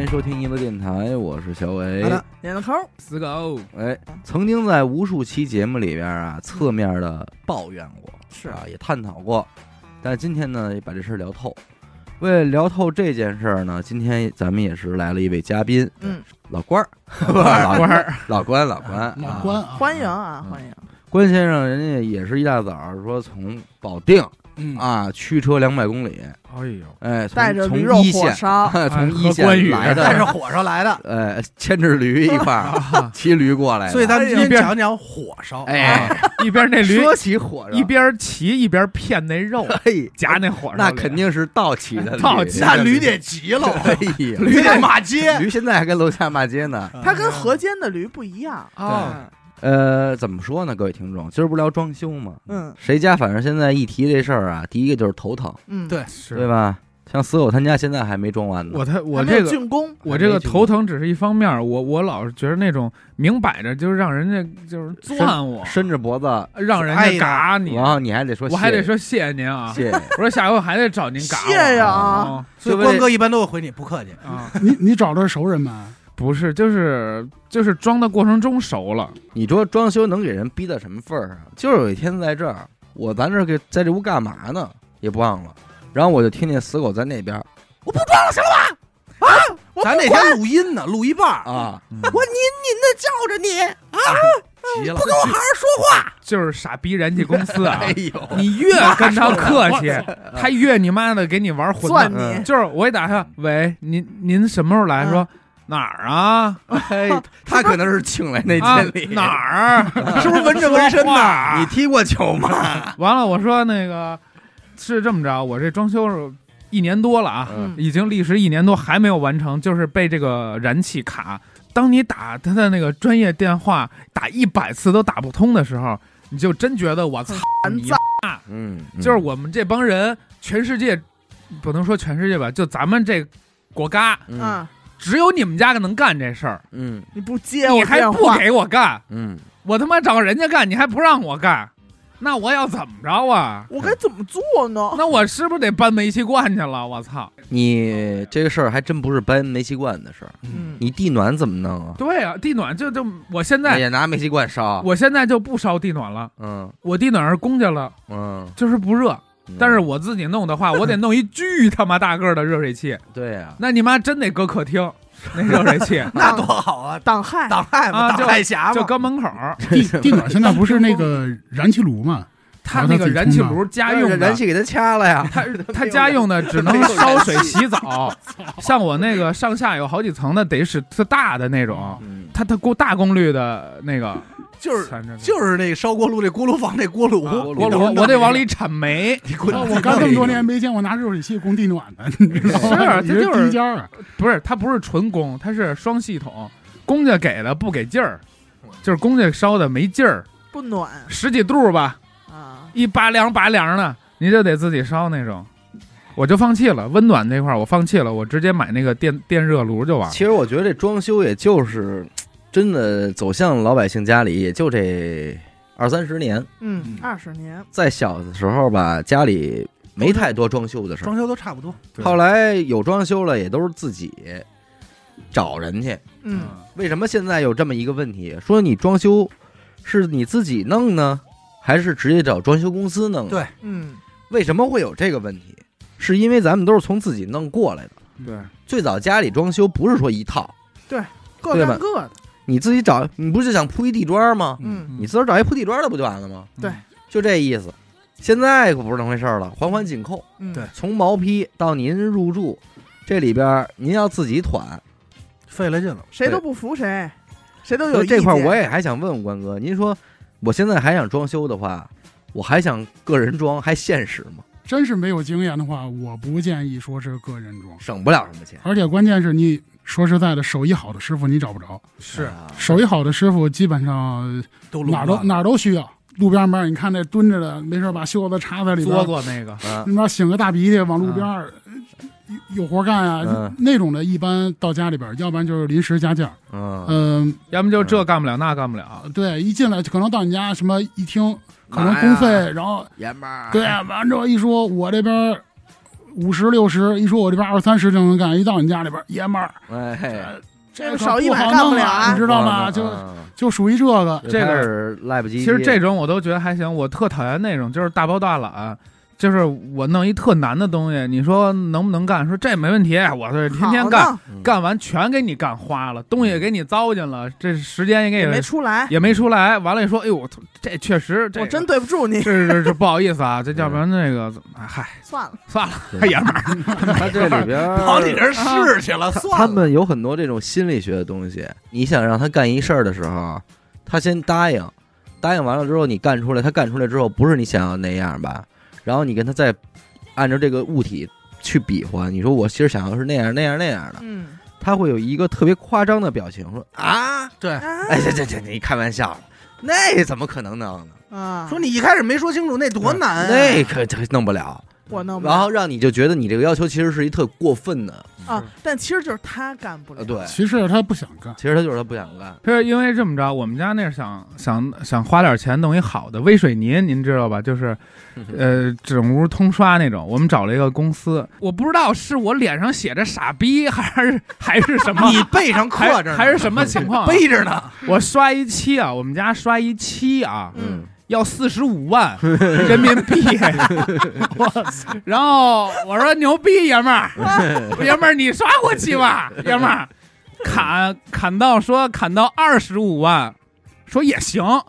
迎收听一乐电台，我是小伟。好的点个头，死狗哎，曾经在无数期节目里边啊，侧面的抱怨过，是啊，也探讨过，但是今天呢，也把这事儿聊透。为了聊透这件事儿呢，今天咱们也是来了一位嘉宾，嗯，老关儿， 老官关儿，老关，老关，老啊关啊，欢迎啊，欢迎，关先生，人家也是一大早说从保定嗯，啊驱车两百公里，哎呦，哎，从带着从驴肉一火线，啊 烧，从一啊哎和关线羽来带的，着火烧来的，呃，牵着驴一 块儿啊骑驴过来的，所以咱们今天哎呀讲讲火烧。哎，啊一边那驴说起火烧，一边骑一边片那肉，嘿，夹那火烧里，那肯定是倒骑 的驴，倒骑那驴得急了，哎呀，驴得骂街。驴现在还跟楼下骂街呢。它跟河间的驴不一样。啊哦，呃，怎么说呢，各位听众，今儿不聊装修吗？嗯谁家反正现在一提这事儿啊，第一个就是头疼，嗯，对对是吧？像死狗他家现在还没装完呢，我他我还没有这个竣工，我这个头疼只是一方面，我我老是觉得那种明摆着就是让人家就是攥我，伸着脖子，让人家嘎你啊然，后你还得说，我还得，说谢谢您啊，啊谢谢。我说下回我还得找您嘎我，谢谢啊，啊所以关哥一般都会回你不客气。啊，你你找着熟人吗？不是就是就是装的过程中熟了，你说装修能给人逼到什么份儿上？就是有一天在这儿，我咱这儿给在这屋干嘛呢？也不忘了。然后我就听见死狗在那边儿 咱那天录音呢，录一半儿，啊，我您您的叫着你，急了，不跟我好好说。就是傻逼燃气公司啊哎，呦，你越跟他客气，他越你妈的给你玩混算蛋。你嗯就是我一打他，喂，您您什么时候来？嗯说哪儿啊？哎，他可能是请来那啊经理，哪儿？是不是纹着纹身呢？ 你呢？踢过球吗？完了，我说那个是这么着，我这装修是一年多了啊，嗯已经历时一年多还没有完成，就是被这个燃气卡。当你打他的那个专业电话打一百次都打不通的时候，你就真觉得我操烦你躁，嗯，就是我们这帮人，全世界不能说全世界吧，就咱们这国家，嗯嗯，只有你们家能干这事儿，嗯你不接你我还电不话，给我干，嗯，我他妈找人家干，你还不让我干，那我要怎么着啊？我该怎么做呢？那我是不是得搬煤气罐去了？我操！你这个事儿还真不是搬煤气罐的事儿，嗯，你地暖怎么弄啊？对啊，地暖就就我现在、也拿煤气罐烧，我现在就不烧地暖了，嗯我地暖是公家了，嗯，就是不热。嗯但是我自己弄的话，我得弄一巨他妈大个儿的热水器，对呀，那你妈真得搁客厅那热水器， 那多好啊，挡害，挡害嘛，啊挡害侠就嘛。搁门口儿。地 地暖现在不是那个燃气炉吗？他那个燃气炉家用的，燃气给他掐了呀，他他家用 的只能烧水洗澡，像 我那个上下有好几层的，得是特大的那种，嗯它它功大功率的那个，就是就是那烧锅炉那锅炉房那锅啊炉，锅啊我炉我我得往里铲煤，你滚！我刚这么多年没见过拿热水器供地暖的，你知 道是吗？ 这你这就是低尖儿啊！不是它不是纯功，它是双系统，公家给的不给劲儿，就是公家烧的没劲儿，不暖十几度吧，啊，一拔凉拔凉的，你就得自己烧那种，我就放弃了温暖这块儿，我放弃了，我直接买那个电电热炉啊就完了。其实我觉得这装修也就是真的走向老百姓家里，也就这二三十年。嗯，二十年，在小的时候吧，家里没太多装修的事儿，装修都差不多。对后来有装修了，也都是自己找人去。嗯，为什么现在有这么一个问题？说你装修是你自己弄呢，还是直接找装修公司弄？对嗯，为什么会有这个问题？是因为咱们都是从自己弄过来的。对，嗯最早家里装修不是说一套，各对吧干各的，你自己找，你不是想铺一地砖吗？嗯，你自个儿找一铺地砖的不就完了吗？对，就这意思。现在可不是那回事儿了，环环紧扣。嗯，对从毛坯到您入住，这里边儿您要自己团。费了劲了，谁都不服谁，谁都所有以这块儿我也也还想问问关哥，您说我现在还想装修的话，我还想个人装，还现实吗？真是没有经验的话，我不建议说是个人装。省不了什么钱。而且关键是你说实在的，手艺好的师傅你找不着，是啊手艺好的师傅基本上都哪儿都哪儿都需要。路边儿嘛，你看那蹲着的，没事儿把袖子插在里边做嗯儿，做那个，啊你妈擤个大鼻涕往路边儿，有有活干啊、嗯那种的，一般到家里边儿，要不然就是临时加价。嗯，嗯、要么就这干不了，那干不了。对，一进来可能到你家什么一啊听，可能公费，然后哎哎啊爷们儿，对，完之后一说，我这边儿五十六十，一说我这边二三十就能干，一到你家里边，爷们儿，哎嘿，这这个少一不百好干不弄了啊你知道吗？就嗯就属于这个，就这个开始赖不唧唧。其实这种我都觉得还行，我特讨厌那种就是大包大揽，就是我弄一特难的东西，你说能不能干？说这没问题，我这天天干，好嗯干完全给你干花了，东西也给你糟践了，这时间也给弄也没出来，也没出来。完了，一说，哎呦，我操这确实，这我真对不住你， 是是是不好意思啊，这要不然那个，嗯哎嗨，算了，算了，对哎爷们儿， 他这里边儿 跑你这儿试去啊了，他算他了。们有很多这种心理学的东西。你想让他干一事儿的时候，他先答应，答应完了之后你干出来，他干出来之后不是你想要那样吧？然后你跟他再按照这个物体去比划，你说我其实想要是那样那样那样的，嗯，他会有一个特别夸张的表情，说啊，对，哎哎这这这你开玩笑了，那怎么可能弄呢？啊，说你一开始没说清楚那多难啊，那可这弄不了。我弄不了然后让你就觉得你这个要求其实是一特过分的，啊，但其实就是他干不了呃，，对，其实他不想干。其实他就是他不想干，是因为这么着，我们家那是想想想花点钱弄一好的微水泥，您知道吧？就是，嗯呃，整屋通刷那种。我们找了一个公司，我不知道是我脸上写着傻逼，还是 还是什么，你背上刻还着呢，还是什么情 况啊、背着呢，我刷一期啊，我们家刷一期啊，嗯，要四十五万人民币，我然后我说牛逼爷们儿，爷们儿你刷过去吧， 爷们儿砍砍到说砍到二十五万，说也行，我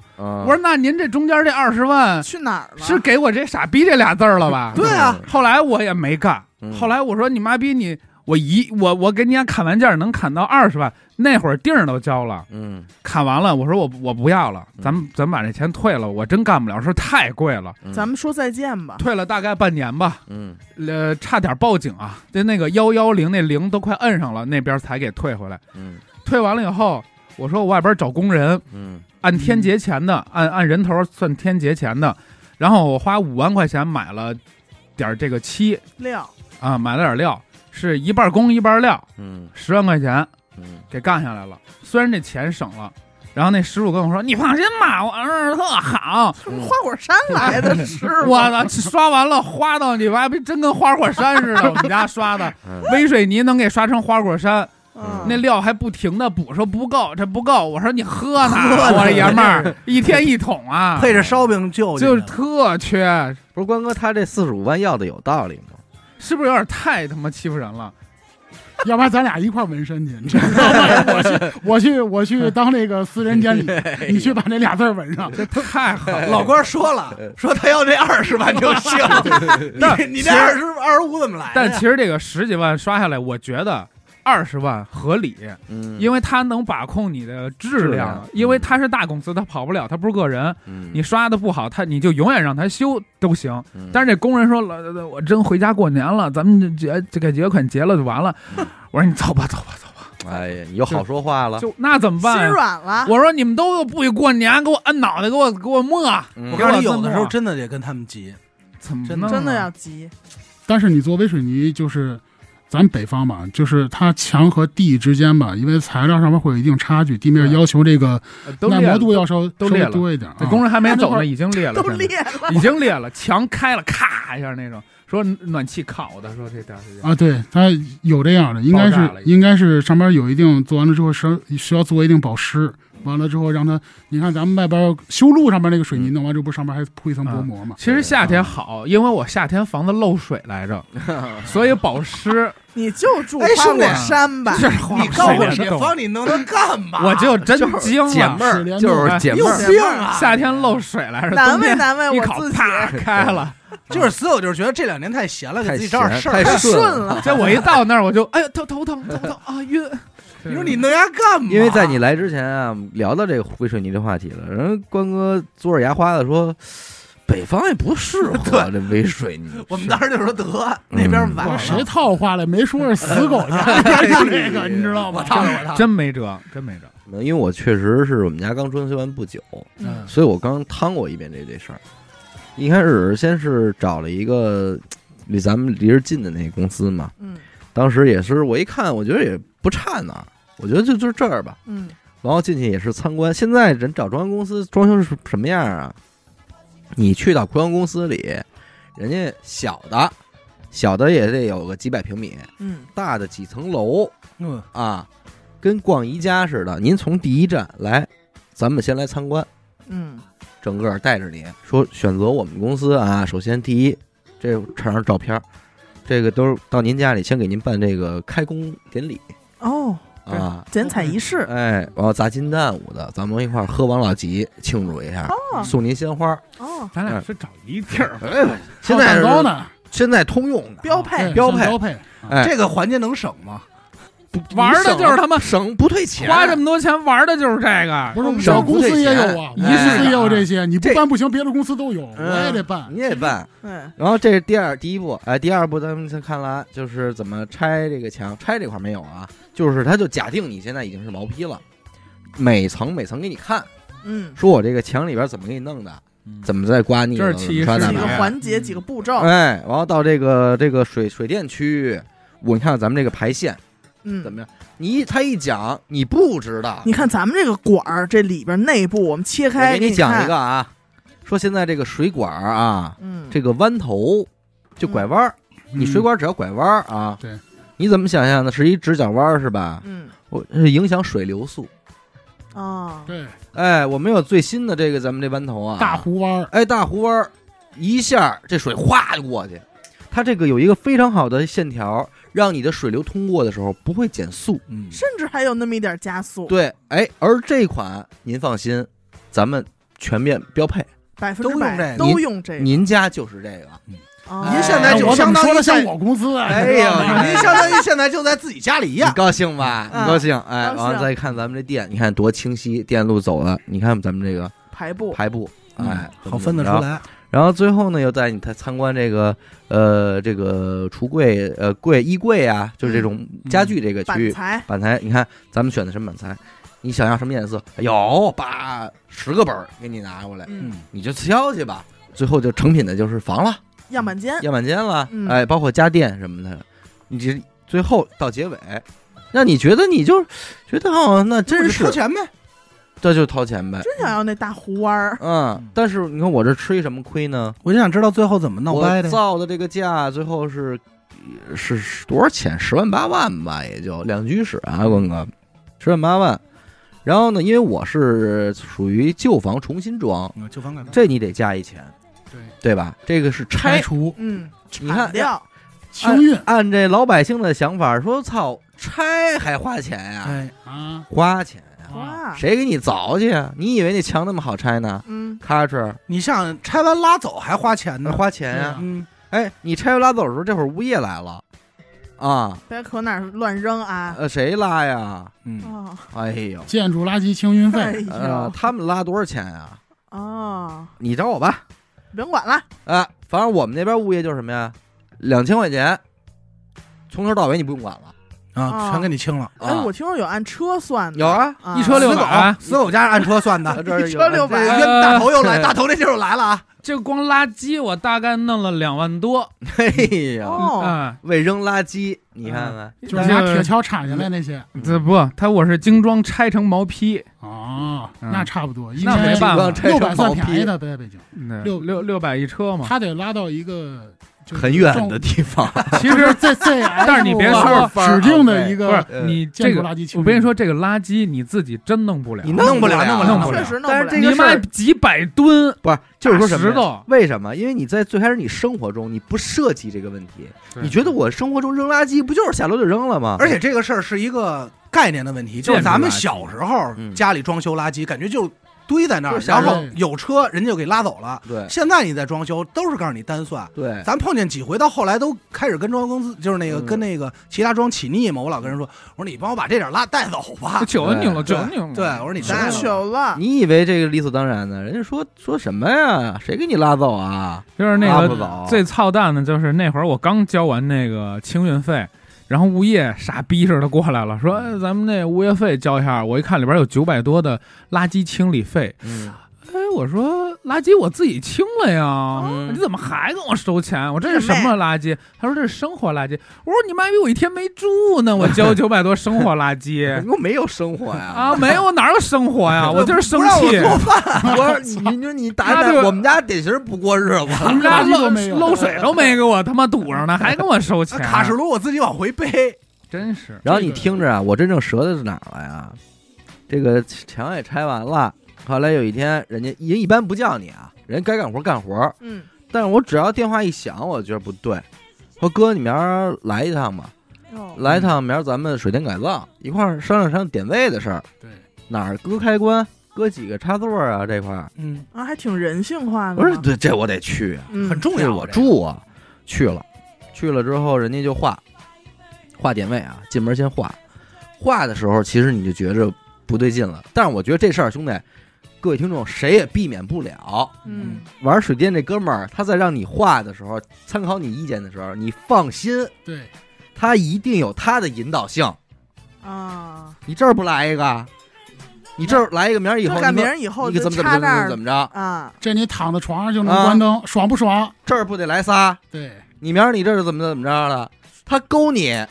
我说那您这中间这二十万去哪儿了？是给我这傻逼这俩字儿了吧？嗯对啊，后来我也没干，嗯后来我说你妈逼你。我一我我给你家砍完价能砍到二十万，那会儿定儿都交了，嗯砍完了，我说我不我不要了，嗯咱们咱们把这钱退了，我真干不了，说太贵了，嗯咱们说再见吧，退了大概半年吧，嗯呃，差点报警啊，就那个幺幺零那零都快摁上了，那边才给退回来。嗯退完了以后，我说我外边找工人，嗯按天结钱的，按按人头算天结钱的，然后我花五万块钱买了点儿这个漆料啊，买了点料，是一半工一半料，嗯十万块钱，嗯给干下来了。虽然这钱省了，然后那师傅跟我说：“你放心吧，我儿子特好。嗯 花果山来的师”傅，我操，刷完了花到你妈逼真跟花果山似的，我们家刷的嗯微水泥能给刷成花果山，嗯那料还不停的补，说不够，这不够。我说你喝呢，我说爷们儿一天一桶啊， 配着烧饼就就是特缺，不是关哥，他这四十五万要的有道理吗？是不是有点太他妈欺负人了？要不然咱俩一块儿纹身去，你知道吗？我去，我去，我去当那个私人 监理，哎你去把那俩字儿纹上。这太狠了。老官说了，说他要这二十万就 行。但你你这二十二十五怎么来的但呀？其实这个十几万刷下来，我觉得二十万合理。嗯为因为它能把控你的质质量量，嗯因为它是大公司，它跑不了，它不是个人，你你刷的不好，它你就永远让它修都行。嗯但是这工人说了，我真回家过年了，咱们就结这个结款结了就完了嗯。我说你走吧走吧走吧，是哎呀，你又好说话了，就那怎么心办？软啊了，我说你们都不许过年，给我摁脑袋，给我给我磨，嗯我告诉你，给我有的时候弄真的得跟他们急，怎么真弄啊真的要急，但是你做微水泥，就是咱北方吧，就是它墙和地之间吧，因为材料上面会有一定差距，地面对要求这个呃都耐裂磨了。度要稍都稍裂微了多一点啊这。工人还没走他那会呢，儿已经裂了， 都真的裂了，已经裂了，墙开了，咔一下那种。说暖气烤的，说这段时间啊，对，它有这样的，应该爆是炸了已经应该是上面有一定做完了之后是需要做一定保湿，完了之后让它，你看咱们外边修路上面那个水泥弄完之后，不上面还铺一层薄膜嘛？其实夏天好，因为我夏天房子漏水 来着，所以保湿。你就住哎花兄弟果山吧，这是花你告诉水我你帘洞帮你弄它干嘛？我就真惊姐了妹。儿水帘洞就是姐妹有儿，病啊！夏天漏水来着，难冬为天难为一哎我烤自己，啪开了。 就是所有就是觉得这两年太闲了，给太自己闲找点事太儿干。顺顺了， 这我一到那儿我就哎呦头头疼头疼啊晕。你说你弄它干嘛？因为在你来之前啊，聊到这个灰水泥这话题了，人家关哥嘬着牙花子说，北方也不适 合这微水泥。我们当时就说得那边晚我了，说谁套话了？没说是死狗家， 就这个你知道我吗？操我操！真没辙，真没辙。因为我确实是我们家刚装修完不久，嗯所以我刚趟过一遍这这事儿。一开始先是找了一个离咱们离着近的那个公司嘛，嗯当时也是我一看，我觉得也不差哪儿，我觉得就就这儿吧。嗯，然后进去也是参观。现在人找装修公司装修是什么样啊？你去到装修公司里，人家小的小的也得有个几百平米，嗯，大的几层楼嗯，啊，跟逛宜家似的。您从第一站来，咱们先来参观，嗯，整个带着你说选择我们公司啊。首先第一，这传上照片儿，这个都是到您家里先给您办这个开工典礼哦，啊。剪彩仪式，哎，然后砸金蛋舞的，咱们一块儿喝王老吉庆祝一下，哦送您鲜花。哦，咱嗯俩是找一地儿，哎现在蛋是糕呢，现在通用的，标对配，标算配标配，哎这个环节能省吗？不玩的就是他妈省不退钱，花这么多钱玩的就是这个，不是我们省小公不司这也钱有啊，我仪们公式司感也有这些，你不这办不行，别的公司都有，我也得办。你也办。嗯，然后这是第二第一步，哎，第二步咱们再看来就是怎么拆这个墙，拆这块没有啊，就是他就假定你现在已经是毛坯了，每层每层给你看，嗯，说我这个墙里边怎么给你弄的，怎么在刮腻，这是怎其么刷实蛋几白个你环节，几个步骤，哎，然后到这个这个水水电区域，我你看咱们这个排线怎嗯，么样？你一他一讲，你不知道，你看咱们这个管儿，这里边内部我们切我开，给给你讲一看个，啊，说现在这个水管儿啊，嗯，这个弯头就拐弯儿，你水管只要拐弯儿啊，对，你怎么想象的？是一直角弯儿是吧？嗯，我是影响水流速。哦，嗯对哎，我们有最新的这个咱们这弯头啊，大，湖湾儿，哎，大湖湾儿，一下儿这水哗就过去，它这个有一个非常好的线条，让你的水流通过的时候不会减速。嗯，甚至还有那么一点加速，对，哎，而这款您放心，咱们全面标配，百分之百都用这个都用这个，您家就是这个。哦您现在哎就我怎相么当于说的像在我公司啊？哎你知呦道吗您相当于现在就在自己家里你一样。高兴吧？嗯你高兴，哎，高兴然后再看咱们这店，你看多清晰，电路走了，你看咱们这个排布，排布，哎，怎么嗯好分得出。怎么着来。啊然后最后呢，又带你他参观这个呃这个橱柜呃柜衣柜啊，就是这种家具这个区板域材，板材，你看咱们选的什么板材？你想要什么颜色？有，把十个本儿给你拿过来，嗯，你就挑去吧。最后就成品的就是房了，样板间，样板间了，嗯哎，包括家电什么的，你这最后到结尾，让你觉得你就觉得哦，那真掏是钱呗，这就掏钱呗，真想要那大湖湾儿，嗯。但是你看我这吃一什么亏呢？我就想知道最后怎么闹掰我的。造的这个价最后是是是多少钱？十万八万吧，也就两居室啊，光哥，十万八万。然后呢，因为我是属于旧房重新装，嗯就房改造，这你得加一钱，对对吧？这个是拆拆，除嗯，你看砍掉，清运按这老百姓的想法说，操，拆还花钱呀、哎，啊，花钱呀、哇，谁给你凿去啊？你以为那墙那么好拆呢？嗯，咔哧，你像拆完拉走还花钱那呢，花钱呀、对啊嗯，哎，你拆完拉走的时候，这会儿物业来了，啊，别搁哪儿乱扔啊，呃，谁拉呀？嗯，哦，哎呦，建筑垃圾清运哎费，呃呦，，他们拉多少钱啊？哦，你找我吧，甭管了，啊，反正我们那边物业就是什么呀，两千块钱，从头到尾你不用管了啊，全给你清了，哎，啊我。听说有按车算的，有啊，一车六死百狗，，死狗家是按车算的。这一是车六这呃百冤大头又来， 大头那就是来了啊！这光垃圾我大概弄了两万多，哎呦，哦，啊，为扔垃圾，你看看，就是哎拿铁锹铲下来那些这不，他我是精装拆成毛坯，哦，嗯那差不多，一那没天办法光拆嗯啊六成毛百算坯便宜的，在北京，六六六百一车嘛。他得拉到一个就是很远正的地方，其 实在在，但是你别说啊指定的一不个是你建这筑个，垃圾清运，我跟你说，这个垃圾你自己真弄不了，你弄不了弄弄不了确实弄但不是这了，个你事妈儿几百吨不是，就是说什么石呀？头，为什么？因为你在最开始你生活中你不涉及这个问题，你觉得我生活中扔垃圾不就是下楼就扔了吗？而且这个事儿是一个概念的问题，就是咱们小时候嗯家里装修垃圾，感觉就堆在那儿就，是然后对有车人家就给拉走了。对现在你在装修，都是告诉你单算。对，咱碰见几回，到后来都开始跟装修公司，就是那个嗯跟那个其他装起腻嘛。我老跟人说，我说你帮我把这点拉带走吧这。九牛了，九对嗯牛了。对，我说你带太了。糗了，你以为这个理所当然呢？人家说说什么呀？谁给你拉走啊？就是那拉个不走，最操蛋的就是那会儿我刚交完那个清运费，然后物业傻逼似的过来了，嗯说、哎咱们那物业费交一下。我一看里边有九百多的垃圾清理费，嗯哎，我说垃圾我自己清了呀，嗯你怎么还跟我收钱？我这是什么垃圾？他说这是生活垃圾。我说你妈逼，我一天没住呢，我交九百多生活垃 圾我没有生活呀啊，没有，我哪有生活 呀？我就是生不让我气，做饭，我说你你你打那打就，我们家典型不过日 子，我们家垃圾都没有漏漏水都没给我他妈堵上呢，还跟我收 钱，卡式炉我自己往回背，真是然后你听着啊，我真正折的是哪儿了呀？这个墙也拆完了，后来有一天，人家人一般不叫你啊，人该干活干活，嗯，但是我只要电话一响，我觉得不对，说哥，你明儿来一趟吧，哟来一趟，明儿咱们水电改造一块儿商量商量点位的事儿，对，哪儿搁开关，搁几个插座啊这块儿，嗯，啊，还挺人性化的呢。不是这这我得去啊，嗯，很重这要。我住啊，去了，去了之后人家就画，画点位啊，进门先画，画的时候其实你就觉着不对劲了，但是我觉得这事儿兄弟，各位听众谁也避免不了。嗯，玩水电这哥们儿，他在让你画的时候，参考你意见的时候，你放心，对，他一定有他的引导性。啊，你这儿不来一个，你这儿来一个，明儿以后就赶明儿以后你可就怎么怎么插怎那么儿怎么着，啊，这你躺在床上就能啊关灯，爽不爽？这儿不得来仨，对，你明儿你这是怎么怎么着了？他勾你，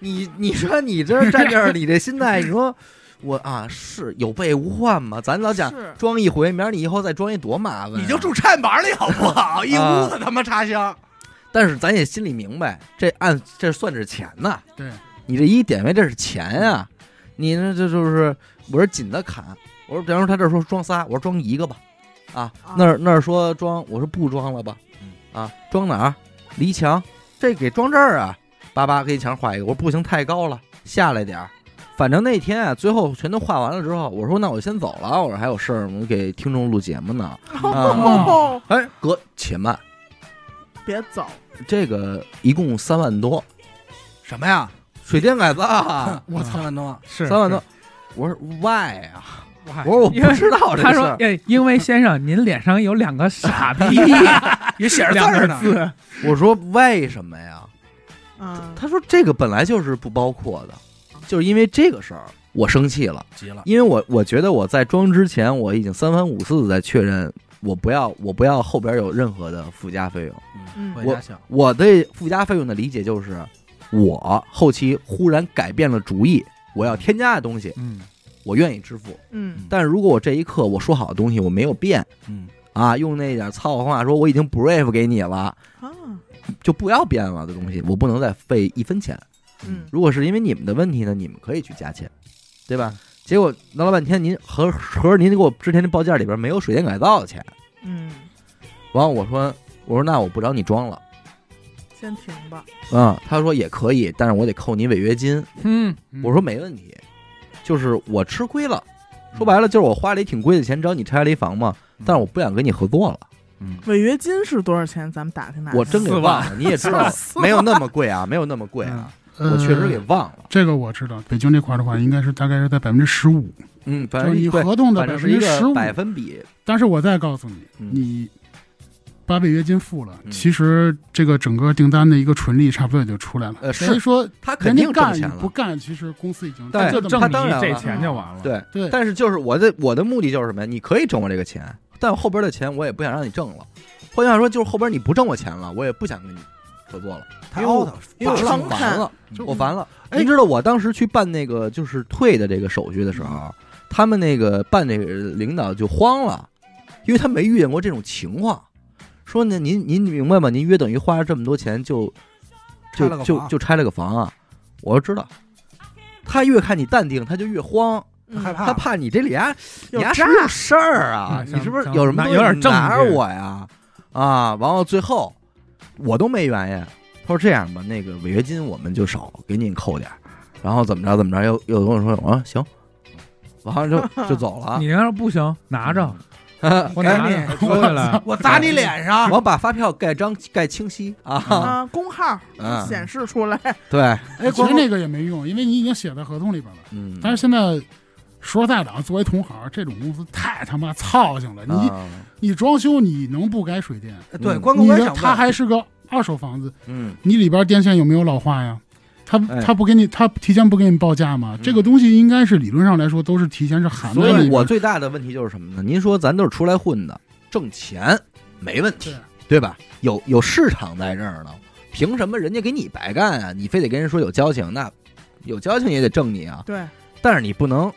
你你说你这站这儿，你这心态，你说我啊是有备无患嘛？咱老讲 是装一回，明儿你以后再装一多麻烦、啊你就住，颤板里好不 好？一屋子他妈插香，但是咱也心里明白，这按这算是钱呐、对，你这一点位这是钱啊，你这这就是我是紧的砍。我说，比方说他这儿说装仨，我说装一个吧，啊啊，那儿那儿说装，我说不装了吧，啊，装哪儿？离墙，这给装这儿啊，叭叭给墙画一个。我说不行，太高了，下来点儿。反正那天啊，最后全都画完了之后，我说那我先走了，我说还有事儿，我们给听众录节目呢。啊，哦，哎，哥，且慢，别走，这个一共三万多，什么呀？水电改造啊，我操三万多， 是三万多。我说 why 啊？哇我说我因为不知道这他事说儿，，哎，因为先生您脸上有两个傻逼，也写着字两儿个呢。字，我说为什么呀？嗯，他说这个本来就是不包括的，就是因为这个事儿我生气了，急了，因为我我觉得我在装之前我已经三番五次的在确认我不要我不要后边有任何的附加费用，嗯回家想，我对附加费用的理解就是我后期忽然改变了主意，我要添加的东西嗯，我愿意支付，嗯但是如果我这一刻我说好的东西我没有变嗯，啊，用那点糙话说我已经 brief 给你了，啊，就不要变了的东西，我不能再费一分钱。嗯，如果是因为你们的问题呢，你们可以去加钱，对吧？结果闹了半天，您合合着您给我之前那报价里边没有水电改造的钱，嗯，完了我说我说那我不找你装了，先停吧，嗯，他说也可以，但是我得扣你违约金，嗯，嗯我说没问题，就是我吃亏了，说白了就是我花了一挺贵的钱找你拆了一房嘛，但是我不想跟你合作了，违约金是多少钱？咱们打听打听。我真给忘了，你也知道没有那么贵啊，没有那么贵啊，我确实给呃忘了，这个我知道，北京这块儿的话，应该是大概是在百分之十五，嗯，反就是正你对，合同的反百正分是一之十个五。百分比，但是我再告诉你，嗯你把违约金付了，嗯其实这个整个订单的一个纯利差不多也就出来了。呃所是以说，他肯人家定挣干与钱不了，干，其实公司已经对他就这挣么他当你然这了钱就完了，对。对，但是就是我的我的目的就是什么呀？你可以挣我这个钱，但后边的钱我也不想让你挣了。换句话说，就是后边你不挣我钱了，我也不想跟你合作了，太因为我 out 了，因为我烦烦了了，就我烦了。哎您知道我当时去办那个就是退的这个手续的时候，啊他们那个办这个领导就慌了，因为他没遇见过这种情况，说呢您您明白吗？您约等于花了这么多钱就拆就了个就房就拆了个房啊！我说知道，他越看你淡定，他就越慌。嗯害怕他怕你这里啊，有你啊是诈不是有事儿啊？嗯你是不哎是想有什么拿东西有点证据拿着我呀？啊，完了最后我都没原因。他说这样吧，那个违约金我们就少给您扣点儿，然后怎么着怎么着，又又跟我说啊行，完了就就走了啊你。要是不行，拿着，我拿拿着你收回来。我砸你脸 上，我把发票盖章盖清晰啊， 啊，工号嗯显示出来，对，哎，其实那个也没用，因为你已经写在合同里边了。嗯，但是现在说实在的，啊，作为同行，这种公司太他妈操性了。你、啊你装修你能不该水电？对，嗯关公你我也的想它问，还是个二手房子，嗯你里边电线有没有老化呀？他哎嗯他不给你，他提前不给你报价吗？这个东西应该是理论上来说都是提前是含在所里以面。我最大的问题就是什么呢？您说咱都是出来混的，挣钱没问题，对吧？有有市场在这儿呢，凭什么人家给你白干啊？你非得跟人说有交情，那有交情也得挣你啊。对，但是你不能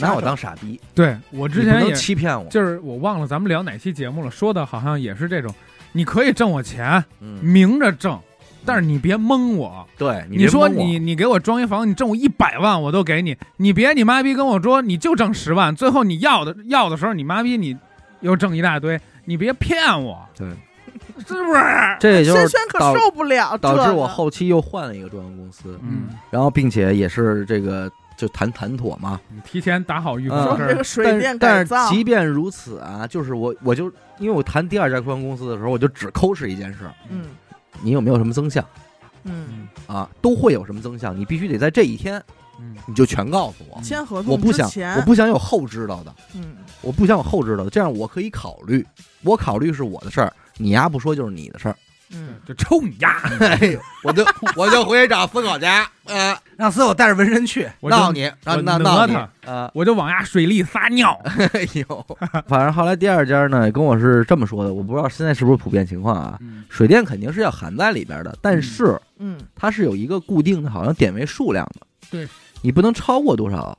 拿我当傻逼，对我之你前不也能欺骗我。就是我忘了咱们聊哪期节目了，说的好像也是这种，你可以挣我钱，嗯，明着挣，但是你别蒙我。对，你别说蒙我你你给我装一房，你挣我一百万，我都给你。你别你妈逼跟我说你就挣十万，最后你要的要的时候，你妈逼你又挣一大堆，你别骗我。对， 是不是？这也就轩是轩可导受不了这个，导致我后期又换了一个装修公司，嗯，然后并且也是这个就谈谈妥嘛。你提前打好预嗯说防针这儿。个水但电是改但造是，即便如此啊，就是我我就因为我谈第二家装修公司的时候，我就只抠是一件事儿，嗯你有没有什么增项嗯，啊？都会有什么增项，你必须得在这一天嗯，你就全告诉我。签合嗯我同不嗯之想，前，我不想有后知道的，嗯我不想有后知道的，这样我可以考虑。我考虑是我的事儿，你丫不说就是你的事儿。嗯，就抽你丫！哎呦，我就 我就回去找思考家，啊，让所有带着纹身去，我闹就你，我让闹讹闹你他啊！ 我就往丫水里撒尿。哎呦，反正后来第二家呢，跟我是这么说的，我不知道现在是不是普遍情况啊。嗯水电肯定是要含在里边的，但是嗯，它是有一个固定的，好像点位数量的。对，你不能超过多少，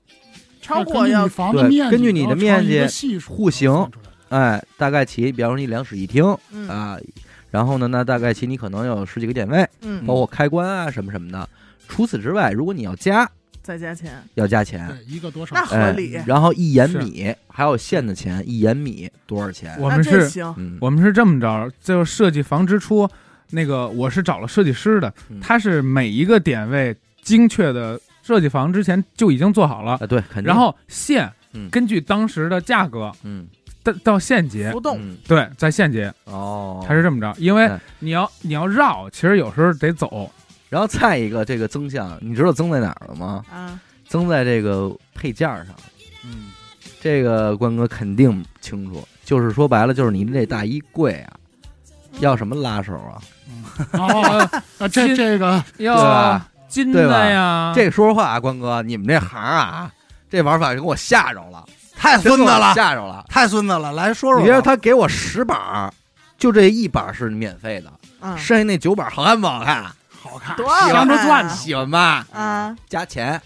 超根过据要你房子对面积，根据你的然后乘面积一个系数户型然后算出来哎，大概其，比方说你两室一厅嗯啊，然后呢，那大概其你可能有十几个点位，嗯，包括开关啊什么什么的。除此之外，如果你要加，再加钱，要加钱，对一个多少那？合嗯哎理，然后一盐是米还有线的钱，一盐米多少钱？我那们这是，行，嗯，我们是这么着，就设计房之初，那个我是找了设计师的嗯，他是每一个点位精确的设计房之前就已经做好了，啊，对，肯定。然后线嗯根据当时的价格嗯，到到现结浮，动，嗯对，在现结，哦，他是这么着，因为哎你要你要绕，其实有时候得走，然后再一个这个增项，你知道增在哪儿了吗？啊，增在这个配件儿上，嗯，这个关哥肯定清楚。就是说白了，就是你这大衣柜啊，要什么拉手啊？哦，啊这亲这个 对要吧金对吧的呀，这个说实话啊，关哥，你们这行啊，这玩法给我吓着了，太真哎孙子给我了，吓着了。太孙子了，来说说吧。你别说他给我十板儿，就这一板儿是免费的，啊，剩下那九板儿好看不好看？好看，多少想钱着赚喜欢吧？啊，加钱。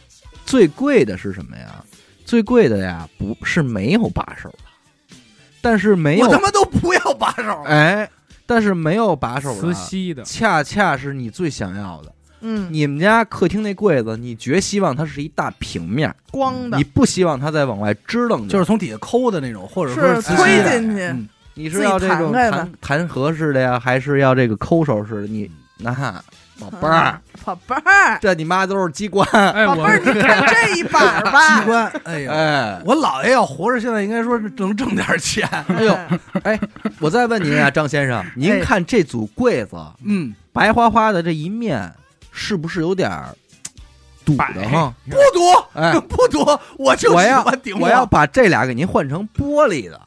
最贵的是什么呀？最贵的呀，不是没有把手的，但是没我他有妈都不要把手了，哎，但是没有把手啊磁的，吸的，恰恰是你最想要的。嗯，你们家客厅那柜子，你绝希望它是一大平面，光的你，不希望它再往外支棱着。就是从底下抠的那种，或者是说自己推的进去，嗯你是要这种自己弹开吧弹弹合式的呀，还是要这个抠手式的？你那宝贝儿啊，，宝贝 儿，这你妈都是机关。哎，宝贝我儿，你看这一板儿 机吧，关。哎呀，哎，我姥爷要活着，现在应该说能挣点钱。哎呦，我再问您啊，张先生，您嗯哎看这组柜子，嗯，白花花的这一面，是不是有点儿堵的哈？不多，哎，不多，我就我喜要欢顶我要把这俩给您换成玻璃的，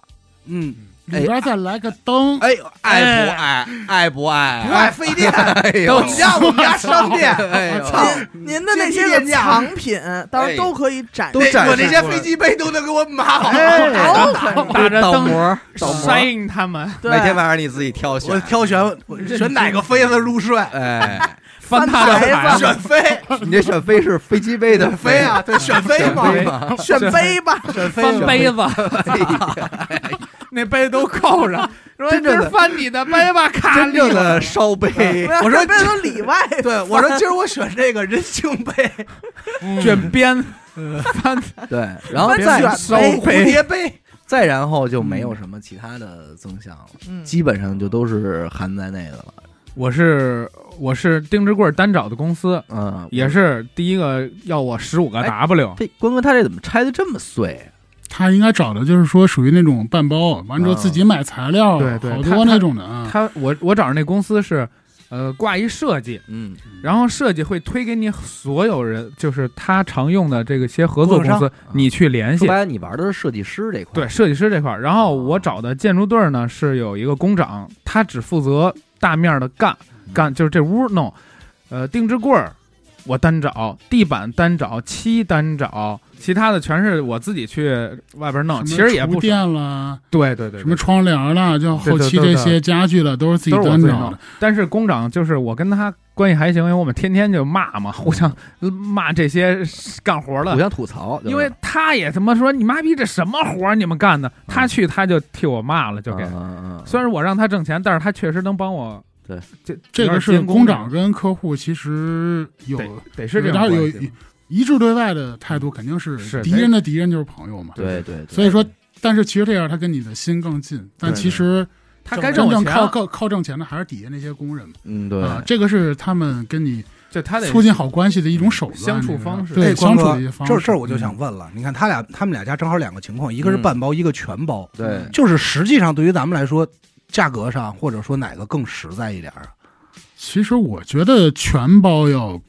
嗯，里边再来个灯，哎呦，爱不爱？爱不爱？不爱费 电，哎我呦，们家我们家商店，哎操呦，您您的那些个藏品，到时候都可以展都示。展那我示那些飞机杯都能给我码好。哎打着倒灯模，倒模，塞应他们，对，每天晚上你自己挑选我。挑选我选哪个妃子入睡，哎，翻他翻的牌牌子子，选妃，你这选妃是飞机杯的选妃啊，对，选妃选嘛，妃吗？选妃吧，选妃翻选杯子，哎呀那杯子都扣上，说真正这的是翻你的杯吧，卡真里正的烧 杯不，要我说这边都里外，对，我说今儿我选这个人性杯、嗯卷边，翻对，然后别再选烧嗯杯哎蝴杯，蝶杯，再然后就没有什么其他的增项了，嗯基本上就都是含在内的了。我是我是丁志贵单找的公司，嗯，也是第一个要我十五个哎 W，这关哥他这怎么拆的这么碎啊？他应该找的就是说属于那种半包，完之后自己买材料，啊对对好他多那种的嗯啊。他我我找的那公司是。呃，挂一设计，嗯然后设计会推给你所有人，就是他常用的这个些合作供应公商啊司，你去联说系白。了，你玩的是设计师这块。对，，设计师这块儿，然后我找的建筑队儿呢是有一个工长，嗯他只负责大面儿的干干，就是这屋弄，呃，定制柜儿，我单找地板单找漆单找，其他的全是我自己去外边弄，啊其实也什么不少厨电了，对对对，什么窗帘啦，就后期对对对这些家具了，都是自己都是我端自着己弄的的。。但是工长就是我跟他关系还行，因为我们天天就骂嘛，互相嗯骂这些干活互的。相吐槽，因为他也他妈说你妈逼这什么活儿你们嗯干的，他去他就替我骂了，就啊给。嗯虽然我让他挣钱，但是他确实能帮我。对，这这个是有点监工工长跟客户其实有得得是这他样有关系一一致对外的态度，肯定是是敌人的敌人就是朋友嘛。对对，对所以说，但是其实这样他跟你的心更近，但对其实他真该挣真我正钱靠啊，靠靠挣钱的还是底下那些工人嘛。嗯对，啊，这个是他们跟你就他得促进好关系的一种手段，相处这个方式对哎相光处哥的一些方式。这这儿我就想问了，你看他俩他们俩家正好两个情况，一个是嗯半包，一个全包，嗯对，就是实际上对于咱们来说，价格上或者说哪个更实在一点儿啊？其实我觉得全包要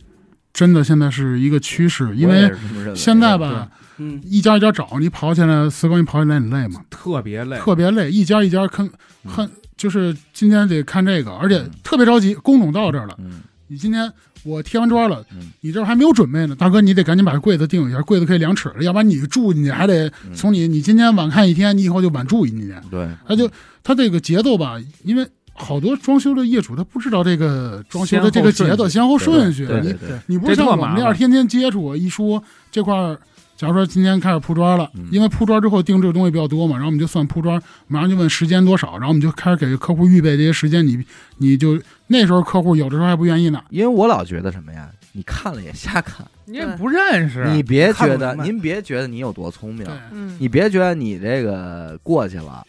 真的现在是一个趋势，因我也为是这么认为现在，吧，嗯，一家一家找你跑起来，四光一跑起来你累吗？特别累，特别累，一家一家看嗯看，就是今天得看这个，而且嗯特别着急，工种到这儿了，嗯你今天我贴完砖了嗯，你这儿还没有准备呢，大哥，你得赶紧把柜子定一下，柜子可以量尺了，要不然你住你还得嗯从你你今天晚看一天，你以后就晚住一年。对，他就他这个节奏吧，因为好多装修的业主他不知道这个装修的这个节奏先后顺序，对对你对对你不是像这我特麻们烦那样天天接触，一说这块儿。假如说今天开始铺砖了嗯，因为铺砖之后定制的东西比较多嘛，然后我们就算铺砖，马上就问时间多少，然后我们就开始给客户预备这些时间，你你就那时候客户有的时候还不愿意呢，因为我老觉得什么呀，你看了也瞎看，你也不认识，你别看觉不得明白您别觉得你有多聪明对，，嗯，你别觉得你这个过去了，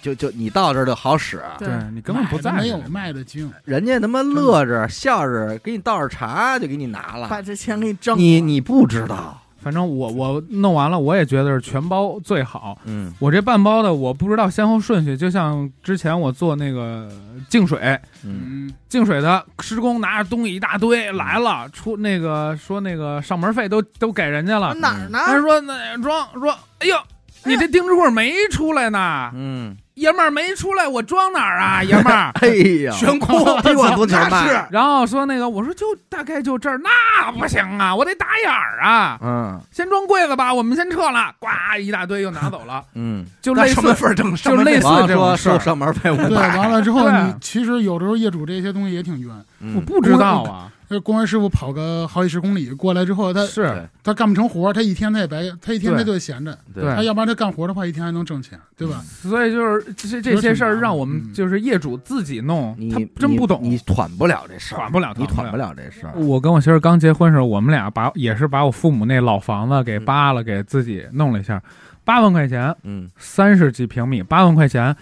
就就你到这儿就好使，对对你根本不在卖乎的没有卖的精，人家他妈乐着笑着给你倒着茶就给你拿把了，这钱给你挣了，你你不知道，反正我我弄完了，我也觉得是全包最好。嗯我这半包的我不知道先后顺序，就像之前我做那个净水，嗯嗯，净水的施工拿着东西一大堆来了，出那个说那个上门费都都给人家了，哪儿呢？他说那装说，哎呦。你这钉子户没出来呢，嗯，？爷们儿没出来，我装哪儿啊，爷们儿 哎呀，悬空比我多钱那卖是，然后说那个，我说就大概就这儿，那不行啊，我得打眼儿啊，嗯先装柜子吧，我们先撤了，呱一大堆又拿走了，嗯，就那类似什么份儿正就类似王这说种事收儿，上门费五对，百，完了之后对啊你其实有的时候业主这些东西也挺冤，嗯我不知道啊，那工人师傅跑个好几十公里过来之后，他是他干不成活，他一天他也白，他一天对他就得闲着，对他对要不然他干活的话，一天还能挣钱，对吧？所以就是这这些事儿让我们就是业主自己弄，你他真不懂，你团不了这事儿，管不了，嗯你团不不。了这事儿，我跟我媳妇儿刚结婚时候，我们俩把也是把我父母那老房子给扒了，给自己弄了一下，八万块钱，嗯，三十几平米，八万块钱。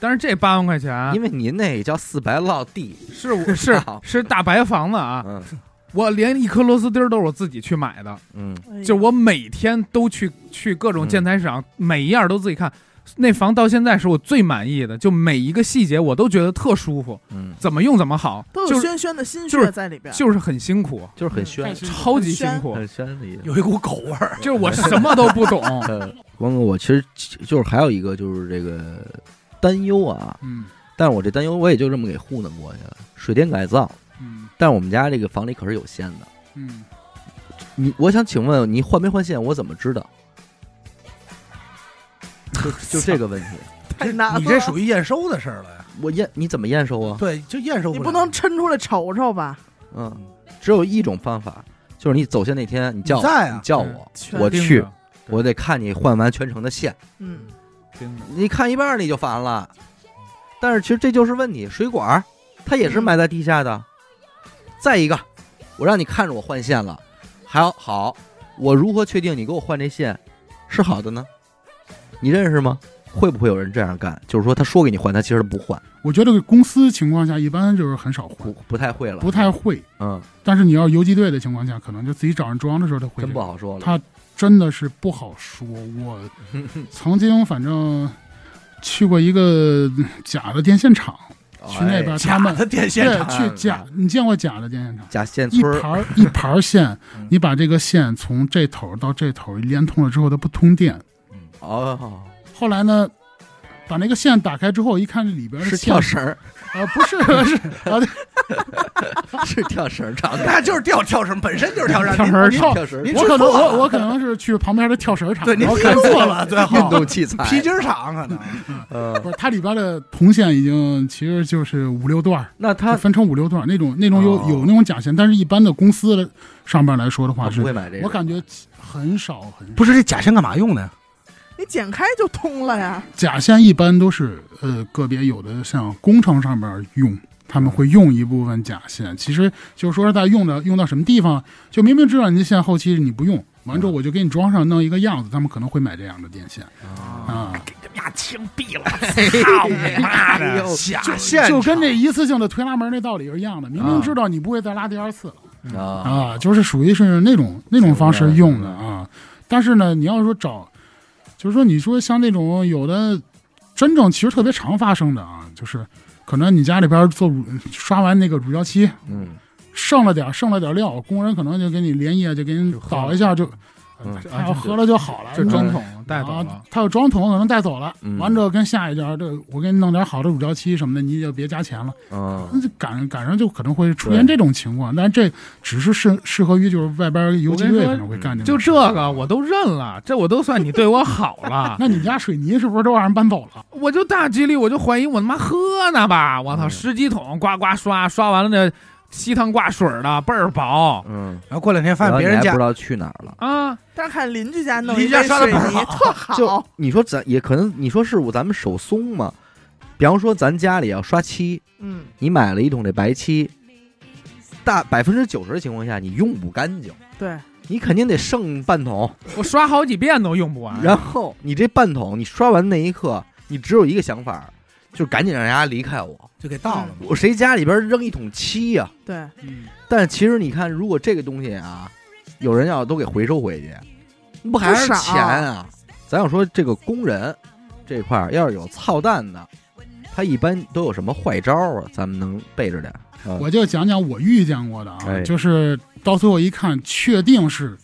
但是这八万块钱因为您那叫四白落地，是我是好是大白房子啊，嗯我连一颗螺丝钉儿都是我自己去买的，嗯，哎呀就是我每天都去去各种建材市场，每一样都自己看。那房到现在是我最满意的，就每一个细节我都觉得特舒服，嗯，怎么用怎么好，都就有是轩轩的心就是血在里边，就是很辛苦，就是很嗯炫太，辛苦了超级辛苦，很炫的意思。有一股狗味 儿。就是我什么都不懂。 呃，光哥，我其实就是还有一个就是这个担忧啊，嗯但是我这担忧我也就这么给糊弄过去了。水电改造，嗯但我们家这个房里可是有线的。嗯，你，我想请问你换没换线？我怎么知道？就就这个问题，太难了。你这属于验收的事儿了呀？我验你怎么验收啊？对，就验收你了不能抻出来瞅瞅吧？嗯，只有一种方法，就是你走线那天你叫你在啊你叫我，全 我盯着去，我得看你换完全程的线。嗯，盯着你看一半儿你就烦了。但是其实这就是问题，水管儿它也嗯是埋在地下的。再一个，我让你看着我换线了，还要好，我如何确定你给我换这线是好的呢？你认识吗？会不会有人这样干？就是说他说给你换，他其实不换，我觉得公司情况下一般就是很少不会，不太会了，不太会。嗯，但是你要游击队的情况下，可能就自己找人装的时候他会这真个，不好说了。他真的是不好说。我曾经反正去过一个假的电线厂，去那边哎他们假的电线对厂，去假，你见过假的电线厂？假线一村儿盘儿一盘儿线嗯，你把这个线从这头儿到这头儿连通了之后，它不通电。哦，后来呢，把那个线打开之后，一看这里边儿的呃是线跳绳儿， 啊，不是不是啊，对是跳绳儿长的，那就是吊跳绳，本身就是跳绳。跳绳您儿您跳跳绳儿您我去可能错了我我可能是去旁边的跳绳场，对您然后看错了，最运后动器材，皮筋儿厂可能嗯， 不是它里边的铜线已经其实就是五六段儿，那就他分成五六段儿那种那种有哦有那种假线，但是一般的公司的上边来说的话我不是，会买这个，我感觉很少很少。不是这假线干嘛用的呀？你剪开就通了呀。假线一般都是呃个别有的像工程上面用，他们会用一部分假线。其实就是说是在用的用到什么地方，就明明知道你这线后期你不用，完之后我就给你装上弄一个样子，他们可能会买这样的电线啊，他妈枪毙了！操你妈哎的！呦假线就跟这一次性的推拉门那道理是一样的。明明知道你不会再拉第二次了啊，啊，就是属于是那种那种方式用的啊。但是呢，你要说找，就是说你说像那种有的真正其实特别常发生的啊，就是可能你家里边做乳刷完那个乳胶漆嗯，剩了点儿剩了点儿料，工人可能就给你连夜就给你就喝倒了一下就，嗯然后喝了就好了，这是吧装桶带走啊了，，他有装桶可能带走了，嗯完之后跟下一家这我给你弄点好的乳胶漆什么的，你就别加钱了。那嗯，就赶赶上就可能会出对现这种情况，但这只是适适合于就是外边游击我跟你队说可能会干这就种事这儿。个我都认了，这我都算你对我好了。那你家水泥是不是都让人搬走了？ 我就大几率，我就怀疑我他妈喝呢吧！我操，嗯十几桶呱呱刷，刷完了那稀汤挂水儿的倍儿薄嗯，然后过两天发然后现你别人还家不知道去哪儿了。啊！但是看邻居家弄一邻居家堆刷得水倍儿泥特好就，你说咱也可能，你说是我咱们手松嘛？比方说咱家里要刷漆，嗯，你买了一桶这白漆，大百分之九十的情况下你用不干净，对，你肯定得剩半桶，我刷好几遍都用不完。然后你这半桶你刷完那一刻，你只有一个想法，就赶紧让人家离开我。就给倒了。我谁家里边扔一桶漆呀、对，但其实你看，如果这个东西啊，有人要都给回收回去，那不还是不少钱啊？咱要说这个工人这块儿，要是有操蛋的，他一般都有什么坏招啊？咱们能备着点儿。嗯我就讲讲我遇见过的啊，哎就是到最后一看，确定是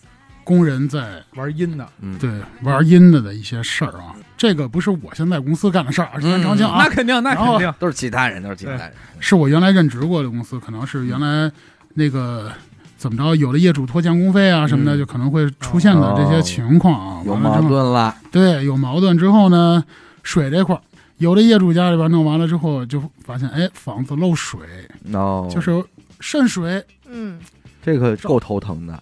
工人在玩阴的，嗯，对玩阴的的一些事儿啊。这个不是我现在公司干的事儿啊，是咱长庆啊嗯那，肯定，那然后肯定。都是其他人，都是其他人。是我原来任职过的公司，可能是原来那个。怎么着？有的业主拖欠工费啊什么的，嗯就可能会出现的这些哦情况啊。有完了矛之后。盾了，对，有矛盾之后呢，水这块儿，有的业主家里边弄完了之后，就发现哎，房子漏水， no，就是渗水。嗯，这个够头疼的。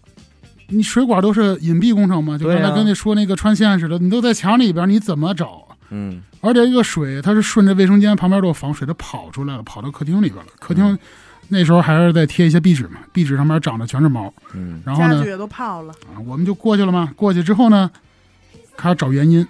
你水管都是隐蔽工程嘛，就对刚啊才跟你说那个穿线似的，你都在墙里边，你怎么找？嗯，而且这个水它是顺着卫生间旁边都有防水，它跑出来了，跑到客厅里边了。客厅嗯那时候还是在贴一些壁纸嘛，壁纸上面长的全是毛。嗯，然后家呢具，也都泡了，啊，我们就过去了嘛。过去之后呢，开始找原因，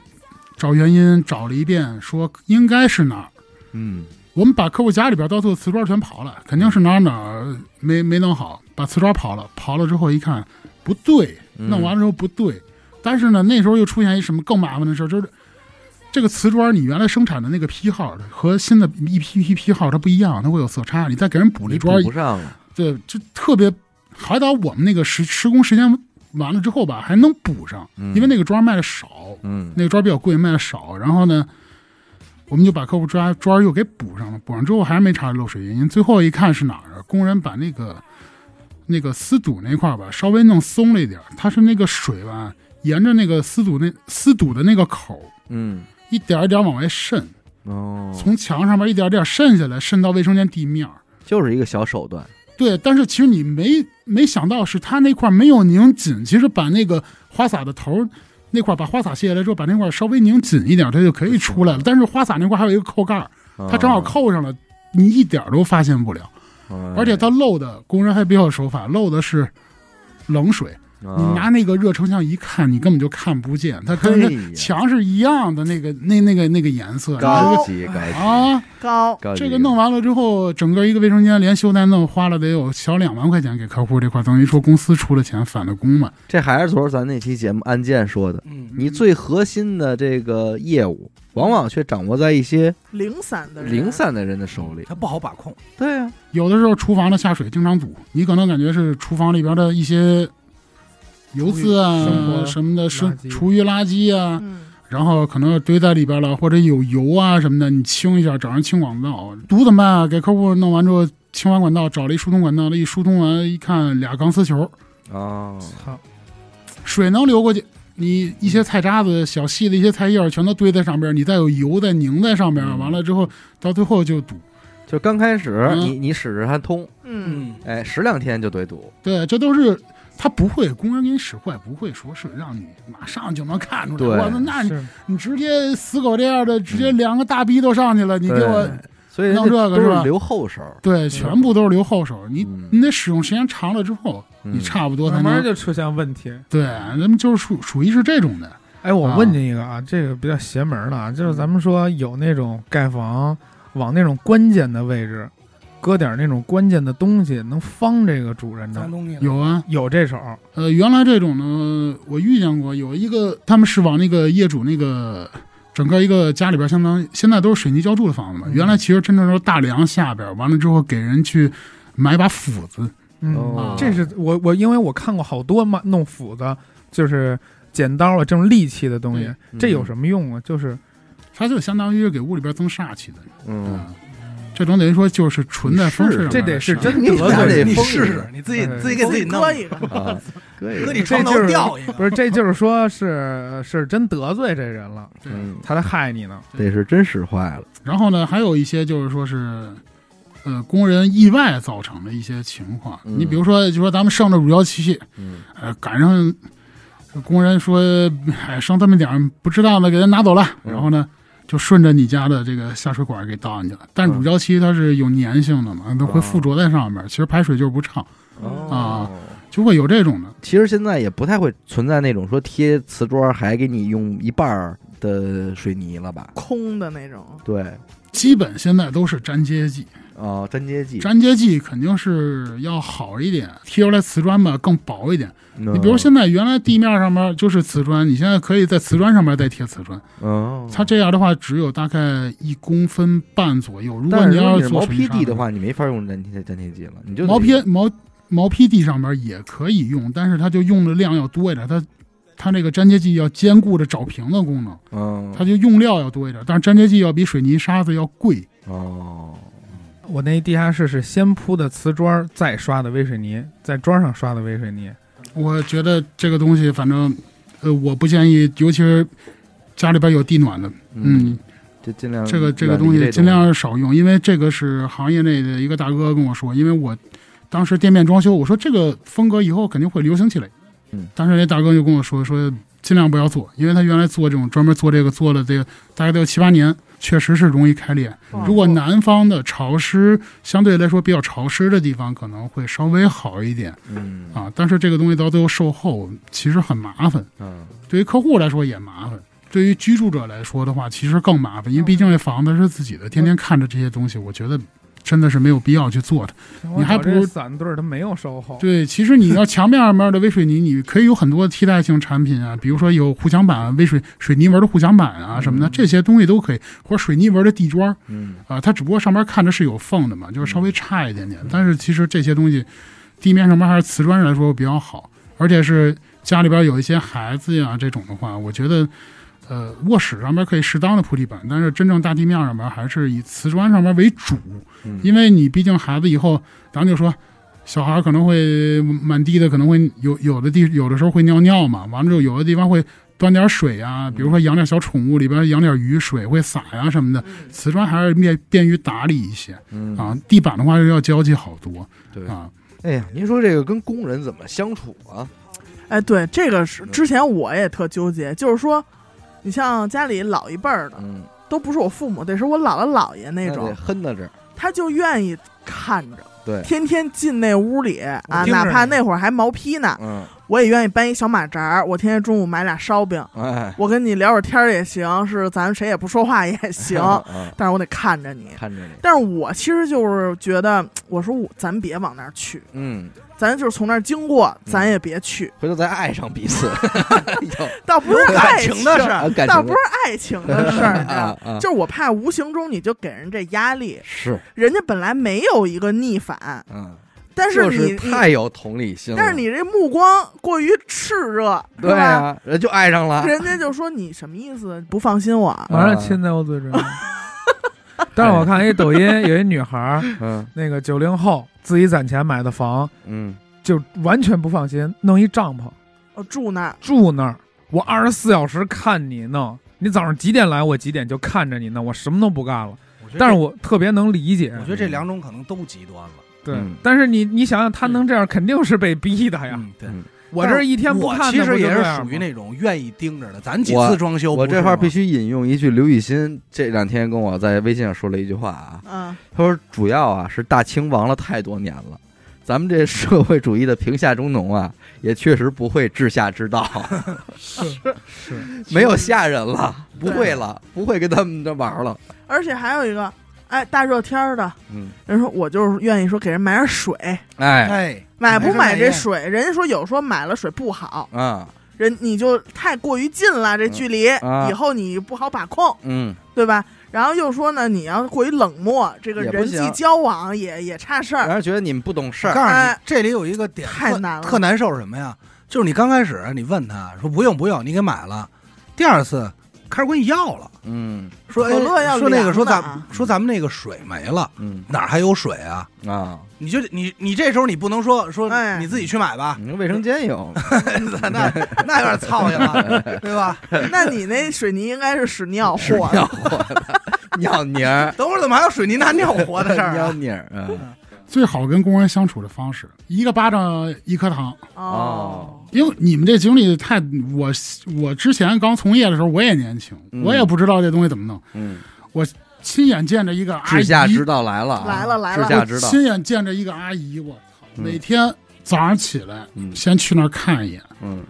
找原因找了一遍，说应该是哪儿。嗯，我们把客户家里边到最后瓷砖全刨了，肯定是哪儿哪儿没没弄好，把瓷砖刨了，刨了之后一看不对，嗯弄完了之后不对，但是呢，那时候又出现一什么更麻烦的事儿，就是这个瓷砖你原来生产的那个批号和新的一批批批号它不一样，它会有色差，你再给人补那你砖补，不上了。对，就特别还到我们那个时施工时间完了之后吧，还能补上，嗯因为那个砖卖的少，嗯那个砖比较贵，卖的少。然后呢，我们就把客户砖砖又给补上了，补上之后还是没查出漏水原因。最后一看是哪儿啊？工人把那个那个丝堵那块儿吧，稍微弄松了一点儿，它是那个水吧，沿着那个丝堵那丝堵的那个口儿，嗯，一点儿一点儿往外渗，哦，从墙上面一点儿一点儿渗下来，渗到卫生间地面儿。就是一个小手段。对，但是其实你没没想到是它那块儿没有拧紧，其实把那个花洒的头儿那块儿把花洒卸下来之后，把那块儿稍微拧紧一点，它就可以出来了。但是花洒那块儿还有一个扣盖儿，它正好嗯，扣上了，你一点儿都发现不了。嗯而且它漏的工人还比较有手法，漏的是冷水，你嗯拿那个热成像一看，你根本就看不见，它跟嘿哎呀那墙是一样的那个那那个那个颜色。高高级高级啊，高，高级这个弄完了之后，整个一个卫生间连修带弄花了得有小两万块钱给客户这块，等于说公司出了钱返了工嘛。这还是昨儿咱那期节目案件说的，嗯，你最核心的这个业务，往往却掌握在一些零散的人啊零，散的人的手里。它不好把控，对呀、有的时候厨房的下水经常堵，你可能感觉是厨房里边的一些油渍厨余生啊活什么的，垃是圾厨余垃圾啊，嗯，然后可能堆在里边了，或者有油啊什么的，你清一下，找人清管道。堵怎么办啊？给客户弄完之后，清完管道，找了一疏通管道，那一疏通完一看，俩钢丝球，哦，操，水能流过去，你一些菜渣子、小细的一些菜叶儿全都堆在上边，你再有油再凝在上边，嗯完了之后到最后就堵。就刚开始嗯你你使着它通，嗯，哎，使两天就对堵，对，这都是他不会，工人给你使坏，不会说是让你马上就能看出对嗯来。我操，那你是你直接死狗这样的，直接两个大逼都上去了，你给我对所以人弄这家个都是是吧留后手，对，全部都是留后手。你嗯你得使用时间长了之后，嗯你差不多才慢慢能就出现问题。对，咱们就是属属于是这种的，哎，我啊问你一个啊，这个比较邪门了，啊，嗯就是咱们说有那种盖房往那种关键的位置搁点那种关键的东西，能方这个主人的嗯脏，东嗯西了有啊。有这手。呃，原来这种呢，我遇见过，有一个他们是往那个业主那个整个一个家里边，相当于现在都是水泥浇筑的房子嘛。嗯原来其实真正都是大梁下边，完了之后给人去买把斧子，嗯，啊哦这是我我因为我看过好多嘛弄斧子，就是剪刀啊这种利器的东西，嗯这有什么用啊？就是它就相当于是给屋里边增煞气的。 嗯，嗯，这种等于说就是纯在风水上面这的得是煞真你得咋罪得人你封试一试个，你自己哎自己给自己弄，搁一个，啊，可以搁你床头这就是掉一个。不是？这就是说是是真得罪这人了，对嗯，他来害你呢。得是真使坏了，然后呢，还有一些就是说是，呃，工人意外造成的一些情况。嗯你比如说，就说咱们上的乳胶漆，嗯呃，赶上工人说，哎，剩这么点儿不值当的，给他拿走了。嗯然后呢，就顺着你家的这个下水管给倒进去了。但嗯乳胶漆它是有粘性的嘛，它会附着在上面，其实排水就是不畅，啊哦。就会有这种的。其实现在也不太会存在那种说贴瓷砖还给你用一半儿的水泥了吧？空的那种，对，基本现在都是粘接剂，哦，粘接剂，粘接剂肯定是要好一点，贴出来瓷砖吧更薄一点。你你比如现在原来地面上面就是瓷砖，你现在可以在瓷砖上面再贴瓷砖。哦，它这样的话只有大概一公分半左右。如果但是如要果你是是做毛水坯泥沙地的，话，你没法用粘贴粘贴剂了，你就得嗯毛坯毛毛坯地上面也可以用，但是它就用的量要多一点，它它那个粘接剂要兼顾着找平的功能，嗯它就用料要多一点，但是粘接剂要比水泥沙子要贵。哦，我那地下室是先铺的瓷砖，再刷的微水泥，在砖上刷的微水泥。我觉得这个东西，反正呃，我不建议，尤其是家里边有地暖的，嗯，就尽量这个这个远离东西这尽量少用，因为这个是行业内的一个大哥跟我说，因为我当时店面装修，我说这个风格以后肯定会流行起来。嗯，当时那大哥就跟我说说尽量不要做，因为他原来做这种专门做这个做了这个大概得有七八年，确实是容易开裂。嗯如果南方的潮湿，相对来说比较潮湿的地方，可能会稍微好一点嗯啊。但是这个东西到最后售后其实很麻烦，嗯对于客户来说也麻烦，对于居住者来说的话，其实更麻烦，因为毕竟这房子是自己的，天天看着这些东西，我觉得真的是没有必要去做的。你还不如我找这散对儿，它没有售后。对，其实你要墙面上面的微水泥，你可以有很多替代性产品啊，比如说有护墙板啊、微水水泥纹的护墙板啊什么的，这些东西都可以，或者水泥纹的地砖儿嗯啊，它只不过上面看着是有缝的嘛，就是稍微差一点点，但是其实这些东西，地面上面还是瓷砖来说比较好，而且是家里边有一些孩子呀这种的话，我觉得。呃，卧室上面可以适当的铺地板，但是真正大地面上面还是以瓷砖上面为主，嗯因为你毕竟孩子以后，咱就说，小孩可能会嗯满地的，可能会有有的地有的时候会尿尿嘛，完了之后有的地方会端点水啊，嗯比如说养点小宠物，里边养点鱼，水会洒呀、什么的，瓷砖还是便便于打理一些嗯啊，地板的话是要交际好多对啊，哎呀，您说这个跟工人怎么相处啊？哎，对，这个是之前我也特纠结，就是说，你像家里老一辈儿的，嗯，都不是我父母，得是我姥姥姥爷哎那得种，哼到这儿，他就愿意看着，对，天天进那屋里啊，盯着哪怕你那会儿还毛坯呢，嗯，我也愿意搬一小马扎儿，我天天中午买俩烧饼，哎，我跟你聊会儿天儿也行，是咱们谁也不说话也 行，嗯但是我得看着你。看着你，但是我其实就是觉得，我说我咱别往那儿去，嗯，咱就是从那儿经过，咱嗯也别去，回头再爱上彼此， 倒不是感爱情的事儿有 感倒情不是爱情的事儿，你知道吗 啊啊，就是我怕无形中你就给人这压力，是，人家本来没有一个逆反，嗯，但是就你是太有同理心你了。但是你这目光过于炽热，是对吧？啊，人就爱上了。人家就说你什么意思？不放心我？啊完了亲在我嘴 上。但是我看一抖音，有一女孩儿，嗯那个九零后自己攒钱买的房，嗯，就完全不放心，弄一帐篷我住那儿，住那儿，我二十四小时看你弄。你早上几点来，我几点就看着你弄，我什么都不干了。但是我我特别能理解觉得这我，觉得这两种可能都极端了。对。嗯但是你你想想，他嗯能这样，肯定是被逼的呀。嗯，对。我这一天不我看其的不实就也这是样属吗于那种愿意盯着的。咱几我次装修不我是吗，这块儿必须引用一句刘雨欣这两天跟我在微信上说了一句话啊，嗯，他说主要啊是大清亡了太多年了。咱们这社会主义的贫下中农啊，也确实不会治下之 道，是 没有下人了，不啊会了，不会跟他们这玩了。而且还有一个，哎，大热天儿的，嗯，人说我就是愿意说给人买点水，哎，哎，买不买这买水？人家说有说买了水不好，啊，人你就太过于近了，这距离、啊以后你不好把控，嗯，对吧？然后又说呢，你要过于冷漠，这个也不人际行交往也也差事然 儿。后觉得你们不懂事我儿，告诉你哎，这里有一个点太特难了特难受是什么呀？就是你刚开始你问他说不用不用，你给买了，第二次开始管你要了，嗯说可乐哎要说那个凉说的咱啊说咱们那个水没了，嗯哪儿还有水啊？啊，你就你你这时候你不能说说哎你自己去买 吧，你们卫生间有，那那有点操心了，对吧？那你那水泥应该是屎尿和的，尿和的， 尿泥儿，等会儿怎么还有水泥拿尿和 的事儿、尿啊？泥儿，嗯最好跟工人相处的方式，一个巴掌一颗糖。哦，因为你们这经历太，我我之前刚从业的时候，我也年轻，嗯我也不知道这东西怎么弄，嗯，亲眼见着一个阿治姨，下之道来了啊，来了来了治下之道，亲眼见着一个阿姨，我操，嗯每天早上起来嗯先去那儿看一眼，嗯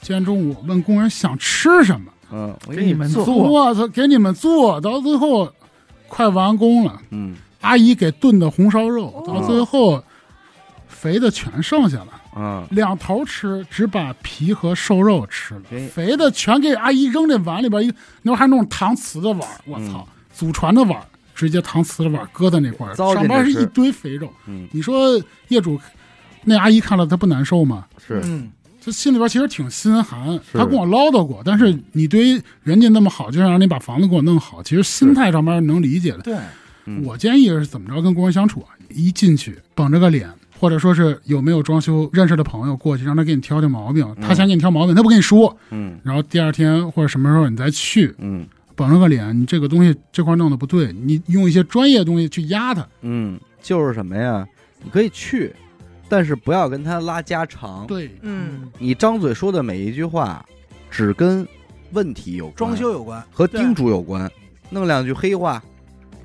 今天中午问工人想吃什么，嗯，我给你们做我操，给你们做到最后快完工了，嗯阿姨给炖的红烧肉哦，到最后肥的全剩下了，嗯两头吃，只把皮和瘦肉吃了给，肥的全给阿姨扔那碗里边，一个那会儿还弄搪瓷的碗，嗯我操，祖传的碗，直接搪瓷的碗搁在那块儿，糟践上着边是吃一堆肥肉，嗯你说业主那阿姨看了她不难受吗？是嗯，她心里边其实挺心寒，是她跟我唠叨过，但是你对于人家那么好，就想让你把房子给我弄好，其实心态上面能理解的。对，嗯我建议是怎么着跟工人相处啊？一进去绷着个脸，或者说是有没有装修认识的朋友过去，让他给你挑挑毛病。他想给你挑毛病，他不跟你说，嗯然后第二天或者什么时候你再去，嗯绷着个脸，你这个东西这块弄的不对，你用一些专业的东西去压它。嗯，就是什么呀？你可以去，但是不要跟他拉家常。对，嗯，你张嘴说的每一句话，只跟问题有关，装修有关，和叮嘱有关，弄两句黑话，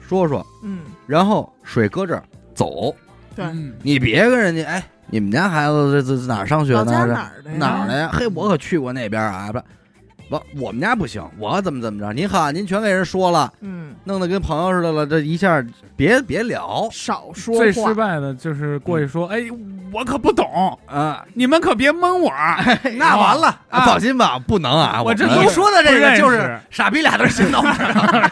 说说，嗯，然后水搁这儿走，对嗯你别跟人家哎，你们家孩子这这哪儿上学老呢？家是哪儿的呀？哪儿的呀？嘿，我可去过那边啊！不，我我们家不行，我怎么怎么着？您好，您全给人说了，嗯，弄得跟朋友似的了，这一下别别聊少说最话失。败的就是过去说：“哎，我可不懂，啊！你们可别蒙我。那完了。啊放心吧，不能啊！我这们你说的这个就不认是识傻逼俩字儿心动，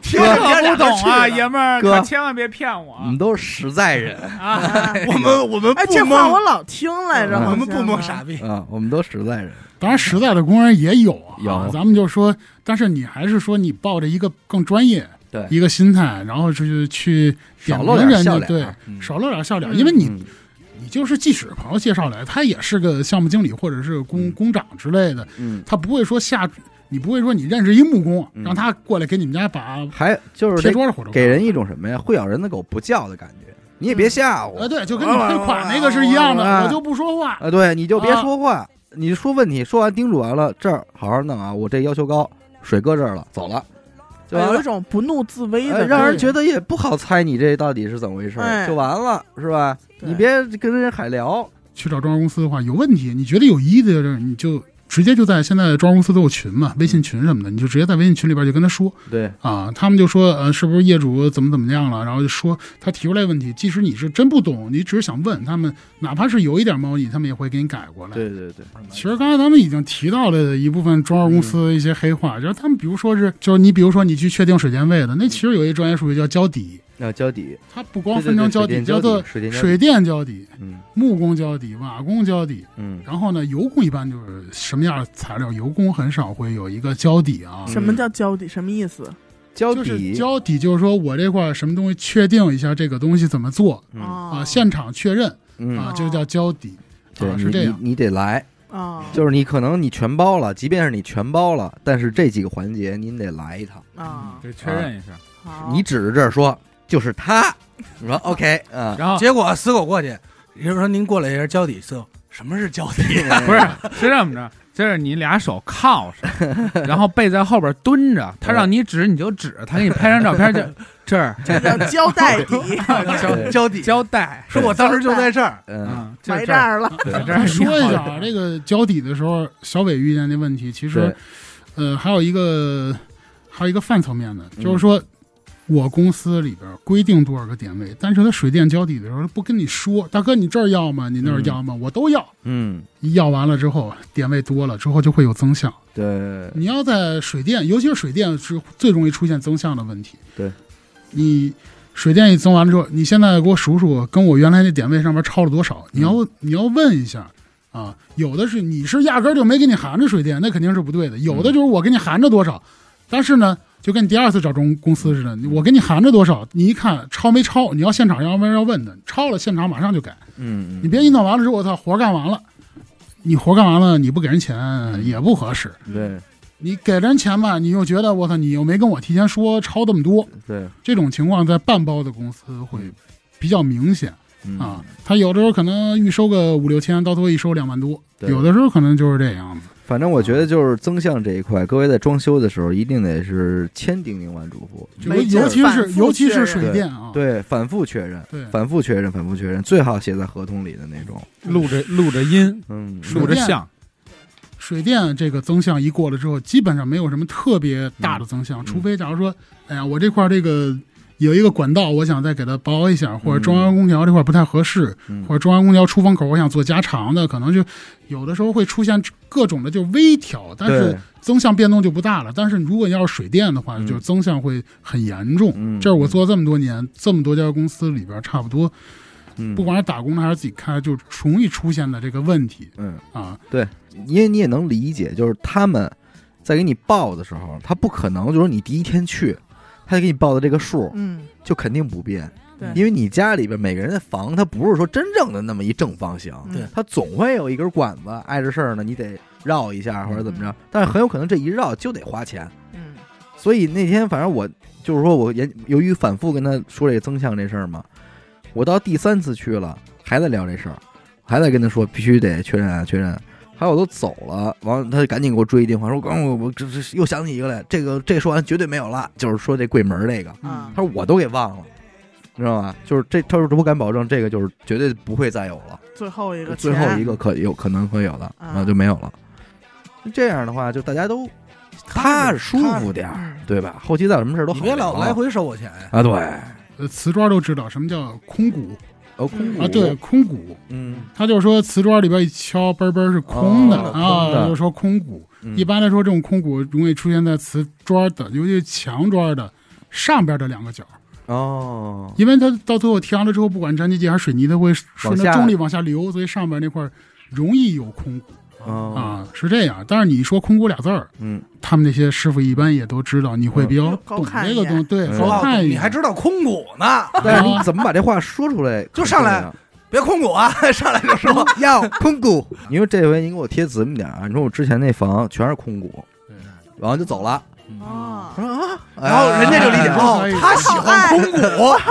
听哥着可不懂啊，也爷们儿，哥嗯可千万别骗我我们都是实在人 啊！啊我们我们哎，不这话我蒙，老听来着，我们好像不蒙啊傻逼，啊，我们都实在人。当然实在的工人也有啊，有咱们就说，但是你还是说你抱着一个更专业对一个心态，然后就是去少点露评点人笑家，脸对儿，嗯少露点笑脸儿，嗯因为你嗯你就是即使朋友介绍来，他也是个项目经理或者是工嗯工长之类的，嗯，他不会说下，你不会说你认识一木工，嗯让他过来给你们家把还就是贴得桌的活动给人一种什么呀？会咬人的狗不叫的感觉。你也别吓啊，我对，就跟你 退款那个是一样的，啊我就不说话，啊！对，你就哦别说话，你说问题，说完叮嘱完了，这儿好好弄啊！我这要求高，水搁这儿了，走了，就完有了一。种不怒自威呃的，让人觉得也不好猜你这到底是怎么回事儿，哎就完了，是吧？对你别跟人海聊，去找装修公司的话，有问题，你觉得有疑义的人，你就直接就在现在装修公司都有群嘛，微信群什么的，你就直接在微信群里边就跟他说对，啊，他们就说呃是不是业主怎么怎么样了，然后就说他提出来问题，即使你是真不懂，你只是想问他们，哪怕是有一点猫腻，他们也会给你改过来。对对对，其实刚才咱们已经提到了一部分装修公司的一些黑话，就是他们比如说是，就是你比如说你去确定水电位的，那其实有一专业术语叫交底，那胶底，它不光分成胶胶底，胶叫做水电胶底，水电胶底、嗯木工胶底、瓦工胶底。嗯，然后呢，油工一般就是什么样的材料，油工很少会有一个胶底啊。什么叫胶底？什么意思？胶就是底，胶底，就是说我这块儿什么东西确定一下这个东西怎么做嗯啊啊，现场确认嗯，啊，就叫胶底对啊，是你这你样。你得来，啊，就是你可能你全包了，即便是你全包了，但是这几个环节您得来一趟，啊，得确认一下。好，你指着这儿说就是他，你说 OK 啊，然后结果死狗过去，人说您过来一下胶底，最后什么是胶底？ 不是是这么着，就是你俩手靠上，然后背在后边蹲着，他让你指你就指，他给你拍张照片就这儿这叫胶带 底，对胶底，交代，说我当时就在这儿，啊嗯嗯，就埋这这儿儿了。在这再儿说一下啊，这个胶底的时候，小伟遇见的问题，其实对呃还有一个还有一个泛层面的，嗯就是说。我公司里边规定多少个点位，但是他水电胶底的时候不跟你说，大哥你这儿要吗？你那儿要吗？我都要。嗯要完了之后，点位多了之后就会有增项。对你要在水电，尤其是水电是最容易出现增项的问题。对，你水电一增完了之后，你现在给我数数，跟我原来那点位上面超了多少？嗯你要、你要问一下啊。有的是你是压根儿就没给你含着水电，那肯定是不对的。有的就是我给你含着多少，嗯但是呢，就跟你第二次找中公司似的，我给你含着多少，你一看超没超，你要现场要不然要问的，超了现场马上就改。嗯，你别一弄完了之后，我操，活儿干完了，你活儿干完了，你不给人钱嗯也不合适。对你给人钱吧，你又觉得我操，你又没跟我提前说超这么多，对这种情况在半包的公司会比较明显嗯啊。他有的时候可能预收个五六千，到最后一收两万多，对有的时候可能就是这样子。反正我觉得就是增项这一块，各位在装修的时候一定得是千叮咛万嘱咐，就没劲儿尤其反是复尤其是确认水电啊，对，反复确认，对反复确认，反复确认，最好写在合同里的那种。录着录着音，嗯，是录着像，水电这个增项一过了之后，基本上没有什么特别大的增项，嗯除非假如说，哎呀，我这块儿这个有一个管道，我想再给它包一下，或者中央空调这块儿不太合适，嗯或者中央空调出风口我想做加长的，可能就有的时候会出现各种的就微调，但是对，增项变动就不大了。但是如果要是水电的话，嗯就增项会很严重。嗯这是我做这么多年，这么多家公司里边，差不多嗯不管是打工的还是自己开，就容易出现的这个问题嗯，啊。因为你也能理解，就是他们在给你报的时候，他不可能就是你第一天去，他给你报的这个数嗯，就肯定不变，对因为你家里边每个人的房，它不是说真正的那么一正方形，嗯对它总会有一根管子碍着事儿呢，你得绕一下或者怎么着，但是很有可能这一绕就得花钱。嗯所以那天反正我就是说我研，由于反复跟他说这个增项这事儿嘛，我到第三次去了还在聊这事儿，还在跟他说必须得确认啊确认啊。还有我都走了，完了他就赶紧给我追一电话，说刚我我这这又想起一个来，这个这说完绝对没有了，就是说这柜门儿这个，啊他说我都给忘了。你知道吗？就是这，他说我敢保证，这个就是绝对不会再有了。最后一个最后钱一个可有可能会有的啊啊，就没有了。这样的话，就大家都哎踏实舒服点儿，嗯对吧？后期再有什么事儿都你好别老聊来回收我钱。啊，对，呃，瓷砖都知道什么叫空鼓哦，空嗯鼓啊，对，，空鼓，嗯，他就说瓷砖里边一敲，嘣嘣是空的、哦空的啊，就说空鼓。嗯一般来说，这种空鼓容易出现在瓷砖的，尤其是墙砖的上边的两个角，哦，因为它到最后贴完了之后，不管粘接剂还是水泥，它会顺往着下重力往下流，所以上边那块儿容易有空鼓哦，啊，是这样。但是你说空鼓俩字儿， 嗯，他们那些师傅一般也都知道，你会比较嗯高懂看这一个眼东西，对，嗯高说看一你眼还知道空鼓呢？但是你怎么把这话说出来？就上来别空鼓啊！ 上来就说 要空鼓。你说这回你给我贴紧点儿啊！你说我之前那房全是空鼓，然后就走了，啊啊，嗯然后人家就理解啊哎哦哎，他喜欢空 鼓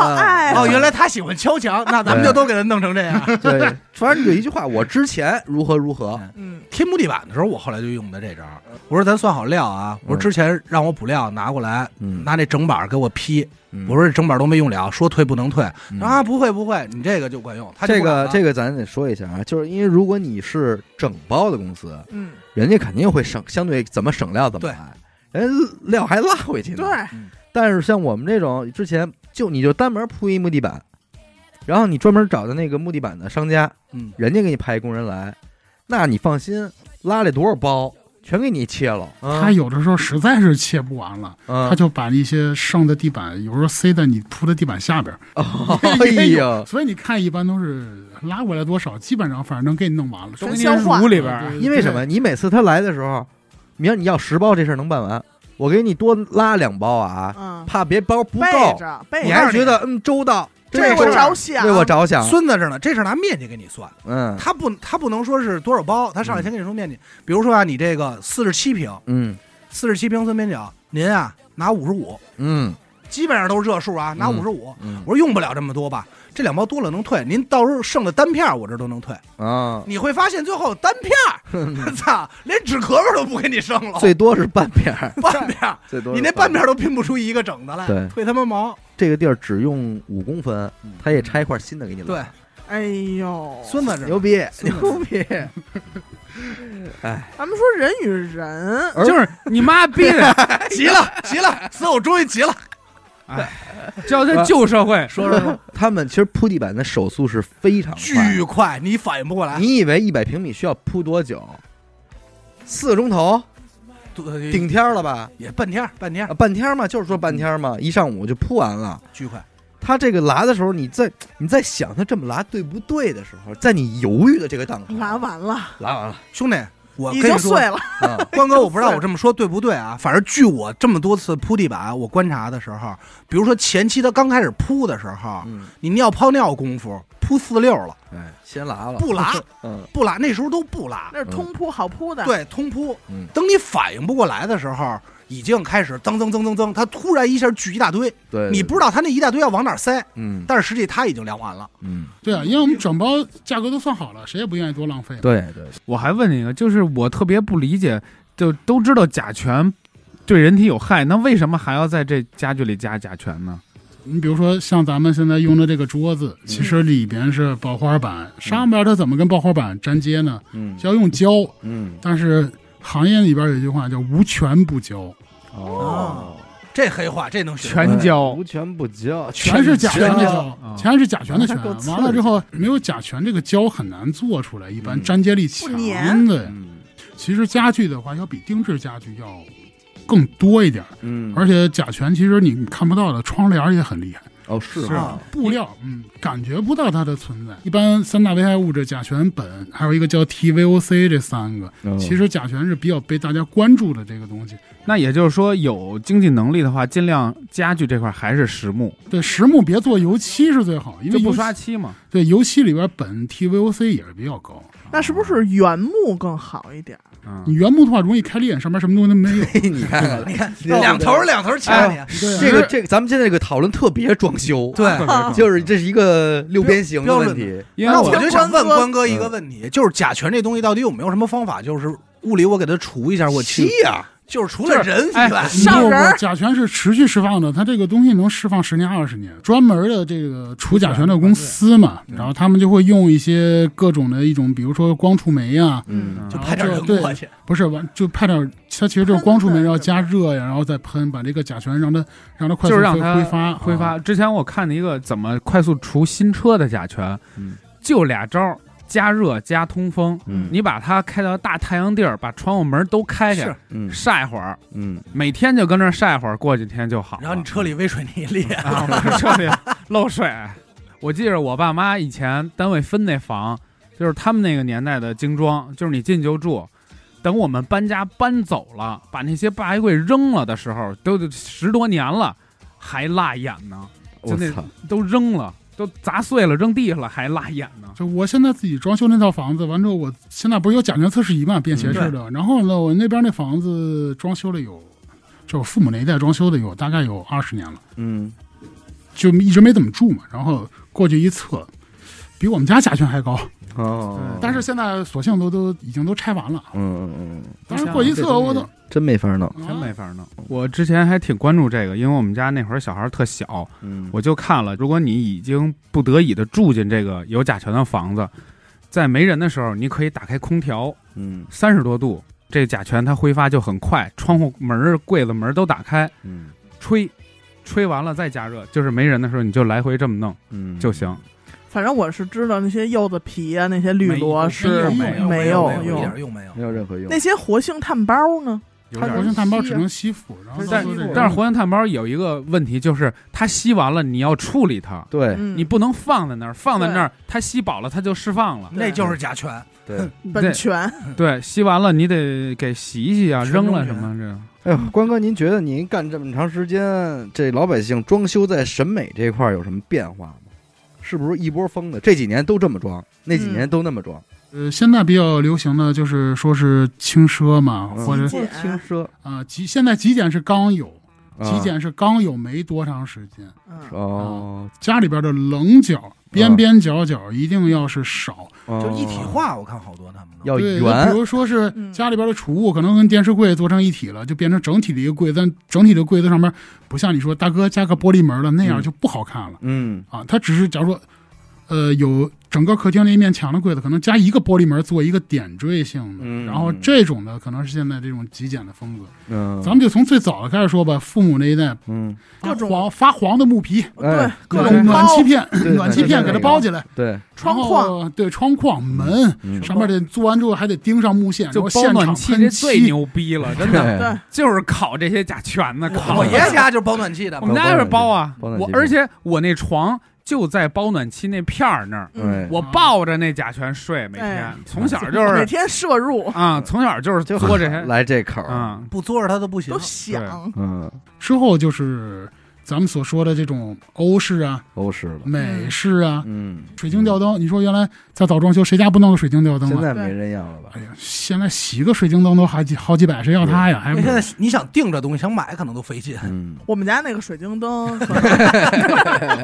哎哦，原来他喜欢敲墙，那咱们就都给他弄成这 样。 对，反正就一句话，我之前如何如何，嗯贴木地板的时候，我后来就用的这招。我说咱算好料啊，我说之前让我补料拿过来，嗯，拿那整板给我劈。嗯我说这整板都没用了，说退不能退。嗯啊，不会不会，你这个就管用。他就这不敢个了这个咱得说一下啊，就是因为如果你是整包的公司，嗯，人家肯定会省，相对怎么省料怎么来，人家料还拉回去呢。嗯对，但是像我们这种之前就你就单门铺一木地板，然后你专门找的那个木地板的商家，嗯人家给你派一工人来，那你放心，拉了多少包，全给你切了。嗯嗯他有的时候实在是切不完了，他 哎他就把那些剩的地板，有时候塞在你铺的地板下边儿。哎呀，所以你看，一般都是拉过来多少，基本上反正能给你弄完了。都全给你消化捂里边儿，因为什么？你每次他来的时候，你让你要十包，这事儿能办完。我给你多拉两包啊，嗯，怕别包不背够，着背你着，还觉得嗯周到，这为为事我儿着想，为我着想，孙子这呢，这事儿拿面积给你算，嗯他不他不能说是多少包，他上来先给你说面积。比如说啊，你这个四十七平，嗯四十七平三边角，您啊拿五十五，嗯基本上都是这数啊，拿嗯五十五。嗯我说用不了这么多吧，这两包多了能退，您到时候剩的单片儿我这都能退。啊，你会发现最后单片儿， 操，连纸壳儿都不给你剩了，最多是半片儿，半片儿，最多你是那半片儿都拼不出一个整的来对，退他妈毛。这个地儿只用五公分嗯，他也拆一块新的给你了。对，哎呦，孙子这牛逼，孙子牛逼！咱们说人与人，而就是你妈 逼的，急了，急了，所以我终于急了。叫他旧社会，呃说说，他们其实铺地板的手速是非常快。巨快，你反应不过来。你以为一百平米需要铺多久？四个钟头，对顶天儿了吧？也半天儿，半天儿啊，半天儿嘛，就是说半天儿嘛，一上午就铺完了。巨快。他这个拉的时候，你在你在想他这么拉对不对的时候，在你犹豫的这个档口，拉完了，拉完了兄弟，我已跟经你说碎，了，啊关哥，我不知道我这么说对不对啊？反正据我这么多次铺地板，啊我观察的时候，比如说前期他刚开始铺的时候，嗯，你尿泡尿功夫铺四六了，哎，先拉了，不拉嗯，不拉，那时候都不拉，那是通铺好铺的，，对，通铺嗯。等你反应不过来的时候，已经开始增增增增增，他突然一下聚一大堆，对，你不知道他那一大堆要往哪儿塞，嗯但是实际他已经量完了。嗯，对啊，因为我们整包价格都算好了，谁也不愿意多浪费。对对， 我还问你一个，就是我特别不理解，就都知道甲醛对人体有害，那为什么还要在这家具里加甲醛呢？你比如说，像咱们现在用的这个桌子，其实里边是刨花板，上边它怎么跟刨花板粘接呢？嗯是要用胶，嗯但是行业里边有一句话叫“无权不交哦，这黑话这能学全全胶哎无权不交，”，全是甲醛胶，的胶，全是甲醛的醛那够。刺激完了之后，没有甲醛，这个胶很难做出来，一般嗯粘接力强不粘。对，嗯其实家具的话，要比定制家具要更多一点，嗯，而且甲醛其实你看不到的，窗帘也很厉害。哦是是啊，布料，嗯，感觉不到它的存在。一般三大危害物质，甲醛、苯，还有一个叫 TVOC 这三个。嗯嗯其实甲醛是比较被大家关注的这个东西。那也就是说，有经济能力的话，尽量家具这块还是实木，对，实木别做油漆是最好，因就为不油刷漆漆嘛。对油漆里边苯 TVOC 也是比较高。那是不是原木更好一点？你嗯，原木的话容易开裂，上面什么东西都没有。嘿你看看你看对两头儿两头儿掐哎你，对啊这个这个，咱们现在这个讨论特别装修，啊 对。就是这是一个六边形的问题，因为那我我就想问关哥关哥一个问题，就是甲醛这东西到底有没有什么方法，就是物理我给它除一下，我去，呀，就是除了人以哎外，上不人儿不，甲醛是持续释放的，它这个东西能释放十年二十年。专门的这个除甲醛的公司嘛，然后他们就会用一些各种的一种，比如说光触媒呀、嗯就派点人对过去，不是完就派点儿，它其实就是光触 媒，然后加热呀，然后再喷，把这个甲醛让它让它快速就是让挥它挥发挥啊发。之前我看了一个怎么快速除新车的甲醛，嗯就俩招儿：加热加通风。嗯你把它开到大太阳地儿，把窗户门都开开是，嗯晒会儿，嗯每天就跟那儿晒会儿，过几天就好了。然后你车里微水泥裂， 啊，我们这里漏水。我记着我爸妈以前单位分那房，就是他们那个年代的精装，就是你进就住。等我们搬家搬走了，把那些大衣柜扔了的时候，都得十多年了，还辣眼呢，我就那操，都扔了，都砸碎了，扔地上了，还辣眼呢。就我现在自己装修那套房子，完之后我现在不是有甲醛测试仪嘛，便携式的。然后呢，我那边那房子装修了有，就是我父母那一代装修的有大概有二十年了，嗯就一直没怎么住嘛。然后过去一测，比我们家甲醛还高。哦，但是现在索性都都已经都拆完了。嗯嗯嗯，当时过一这测，东西我都真没法弄，真没啊法弄。我之前还挺关注这个，因为我们家那会儿小孩儿特小，嗯我就看了，如果你已经不得已的住进这个有甲醛的房子，在没人的时候，你可以打开空调，嗯三十多度，这甲醛它挥发就很快，窗户门儿、柜子门儿都打开，嗯吹，吹完了再加热，就是没人的时候你就来回这么弄嗯就行。反正我是知道那些柚子皮啊，那些绿萝是没没有有没没有一点用，用没有没。有任何用那。些活性炭包呢？有它点活性炭包只能吸附，然后是再吸说这附个但是活性炭包有一个问题，就是它吸完了，你要处理它，对嗯，你不能放在那儿，放在对那儿它吸饱了它就释放了。那就是甲醛，对，本泉对，吸完了你得给洗一洗啊，全扔了扔什全么这哎呦，关哥，您觉得您干这么长时间，这老百姓装修在审美这块儿有什么变化吗？是不是一波风的？这几年都这么装，那几年都那么装，呃，现在比较流行的就是说是轻奢嘛，嗯哦或者极简轻奢，啊极现在极简是刚有，啊极简是刚有没多长时间，嗯，哦，家里边的棱角、边边角角一定要是少，就哦就一体，化，我看好多他们哦都要对，就比圆，如说是嗯家里边的储物可能跟电视柜做成一体了，就变成整体的一个柜子，但整体的柜子上面不像你说大哥加个玻璃门了那样嗯就不好看了、嗯，啊，它只是假如说。呃，有整个客厅的一面墙的柜子，可能加一个玻璃门做一个点缀性的，嗯然后这种的可能是现在这种极简的风格。嗯，咱们就从最早的开始说吧，父母那一代啊嗯，各种黄发黄的木皮，对哎，各暖种暖包气片，对暖气片给它包起来，对，窗然后框，对窗框门嗯上面得做完之后还得钉上木线，然就后包现暖场气，喷这漆最，牛逼了，真的对对，就是烤这些甲醛呢，烤我爷爷家就是包暖气的我，们家就是包啊，包暖气我而且我那床就在保暖期那片儿那儿，对，我抱着那甲醛睡，每哎天从小就嗯每是天摄入啊，从小就是就做这些来这口儿，啊，不嘬着他都不行都。想，嗯，之后就是咱们所说的这种欧式啊、欧式了，美式啊、嗯，水晶吊灯。你说原来在早装修，谁家不弄个水晶吊灯现啊？在没人要了吧哎？呀，现在洗个水晶灯都好几好几百，谁要它呀？还因为不现在你想定这东西，想买可能都费劲。嗯，我们家那个水晶灯，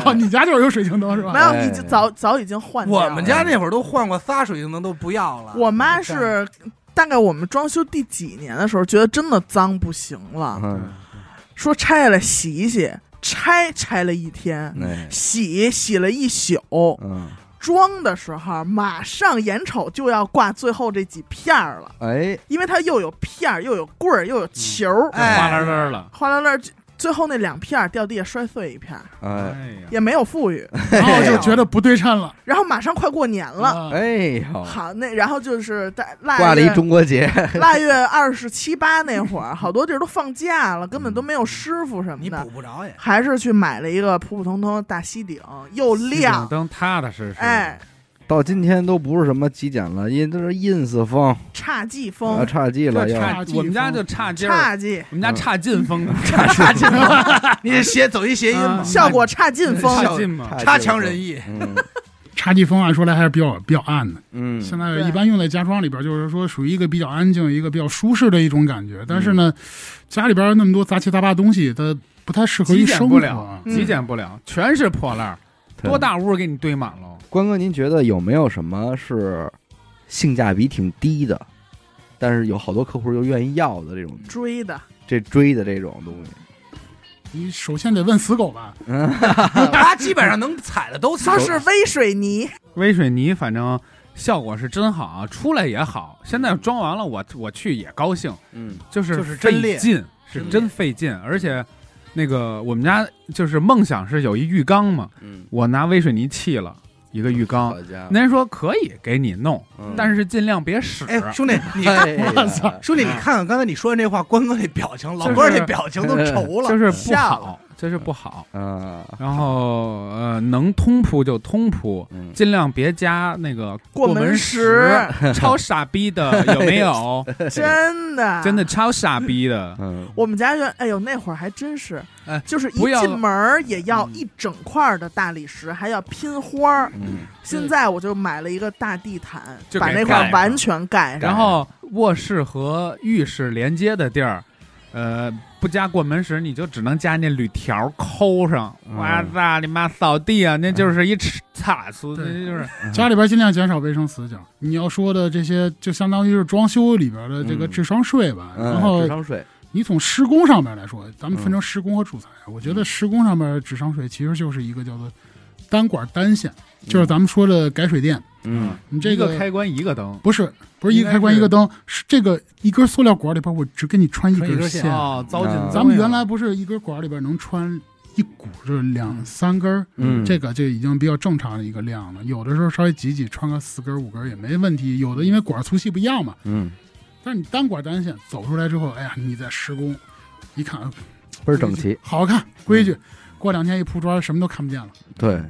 哦，你家就是有水晶 灯是吧？没有，已经早早已经换掉了。我们家那会儿都换过仨水晶灯，都不要了。我嗯妈是大概我们装修第几年的时候，觉得真的脏不行了，嗯，说拆下来洗一洗，拆拆了一天。哎，洗洗了一宿，嗯，装的时候啊马上眼瞅就要挂最后这几片儿了，哎，因为它又有片儿，又有棍儿，又嗯有球儿，哎哗啦啦了，哗啦啦，最后那两片儿掉地下摔碎一片儿，哎，哎呀，也没有 富裕。然后哦就觉得不对称了。然后马上快过年了，啊，哎呦，好那然后就是在腊挂了月一中国结， 腊月二十七八那会儿，好多地儿都放假了，根本都没有师傅什么你的补，不着也。还是去买了一个普普通通的大吸顶，又系统哎亮，灯踏踏实实，哎，，到今天都不是什么极简了，因都是 ins 风差劲啊，风，差劲了这又，差我们家就差劲儿，差劲，我们家差劲风的，差劲吗？啊你这谐走一谐音嘛嗯，效果差劲 风，差劲嘛，劲差强人意。嗯插剂风按啊说来还是比较比较暗的。 嗯，现在对一般用在家装里边，就是说属于一个比较安静、一个比较舒适的一种感觉。但是呢，嗯家里边那么多杂七杂八东西，它不太适合于极简生不活。啊了，嗯极简不了，全是破烂儿，对多？大屋给你堆满喽，关哥，您觉得有没有什么是性价比挺低的，但是有好多客户又愿意要的这种追 的，这追的这种东西？你首先得问死狗吧，嗯 他基本上能踩的都踩说。是微水 泥，微水泥反正。效果是真好啊，出来也好。现在装完了我，我去也高兴。嗯就是就是费真裂劲，是真费劲，而且。那个我们家就是梦想是有一浴缸嘛，嗯，我拿微水泥砌了一个浴缸，好家伙，那人说可以给你弄，嗯但是啊尽量别使。哎，兄弟，你 哎 呀我操兄弟，你看看刚才你说的那话，关哥那表情，老关那表情都愁 了。就是不吓好了，这是不好。啊，然后呃，能通铺就通铺，嗯尽量别加那个过门门石， 超傻逼的有没有？真的，真的。超傻逼 的，嗯，我们家原哎呦那会儿还真是哎，就是一不要嗯进门儿也要一整块儿的大理石，还要拼花儿。嗯现在我就买了一个大地毯就，把给那盖块儿上完全盖上。然后卧室和浴室连接的地儿，呃，不加过门石，你就只能加那铝条抠上。嗯哇操你妈扫地啊，那就是一尺擦粗，那对嗯就是家里边尽量减少卫生死角。你要说的这些，就相当于是装修里边的这个嗯智商税吧。嗯然后智商税，你从施工上面来说，咱们分成嗯施工和主材。我觉得施工上面智商税其实就是一个叫做单管单线，就是咱们说的改水电。嗯你这一个开关一个灯。不是不是一个开关一个灯，是这个一根塑料管里边我只给你穿一穿一根根线线。啊哦，糟践啊咱们原来不是一根管里边能穿一股是两三根儿，嗯这个就已经比较正常的一个量了。有的时候稍微挤挤，穿个四根儿五根儿也没问题。有的因为管儿粗细不一样嘛，嗯，但是你单管单线走出来之后，哎呀，你在施工，一看倍儿整齐，，嗯好看规矩。过两天一铺砖，什么都看不见了。对，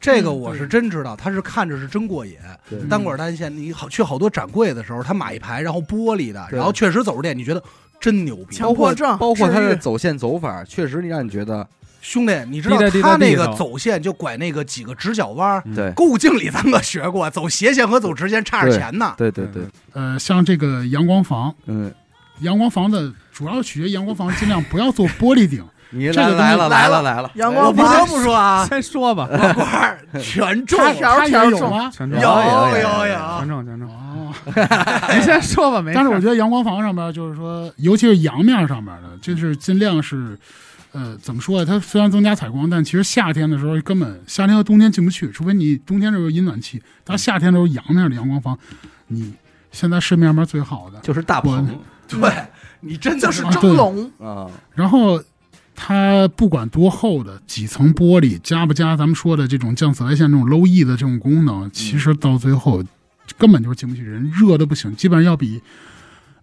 这嗯个我是真知道，他是看着是真过瘾。对单管单线，你好去好多展柜的时候，他买一排，然后玻璃的，对然后确实走入店，你觉得真牛逼。强迫症，包括他治的愈走线走法，确实你让你觉得兄弟，你知道滴答滴答他那滴答个走线就拐那个几个直角弯儿，嗯对，购物经理咱可学过，走斜线和走直线差着钱呢。对对对，呃，像这个阳光房，嗯，阳光房的主要取决阳光房，尽量不要做玻璃顶。你这个来东了西来了了来了，哎阳我光不房得不 说啊，先说吧，老官儿全中插了，条它条也有种，吗？全有中，有有有有全有，中，全中。哦， 你先说吧，没事但儿。是我觉得阳光房上面就是说，尤其是阳面上面的，就是尽量是，呃，怎么说啊？它虽然增加采光，但其实夏天的时候根本夏天和冬天进不去，除非你冬天的时候有阴暖气，但夏天的时候阳面的阳光房，你现在市面上最好的。就是大棚对你真 就的是啊对蒸笼，啊，然后它不管多厚的几层玻璃，加不加咱们说的这种降紫外线这种 low E 的这种功能，其实到最后根本就是进不去人，热的不行，基本上要比。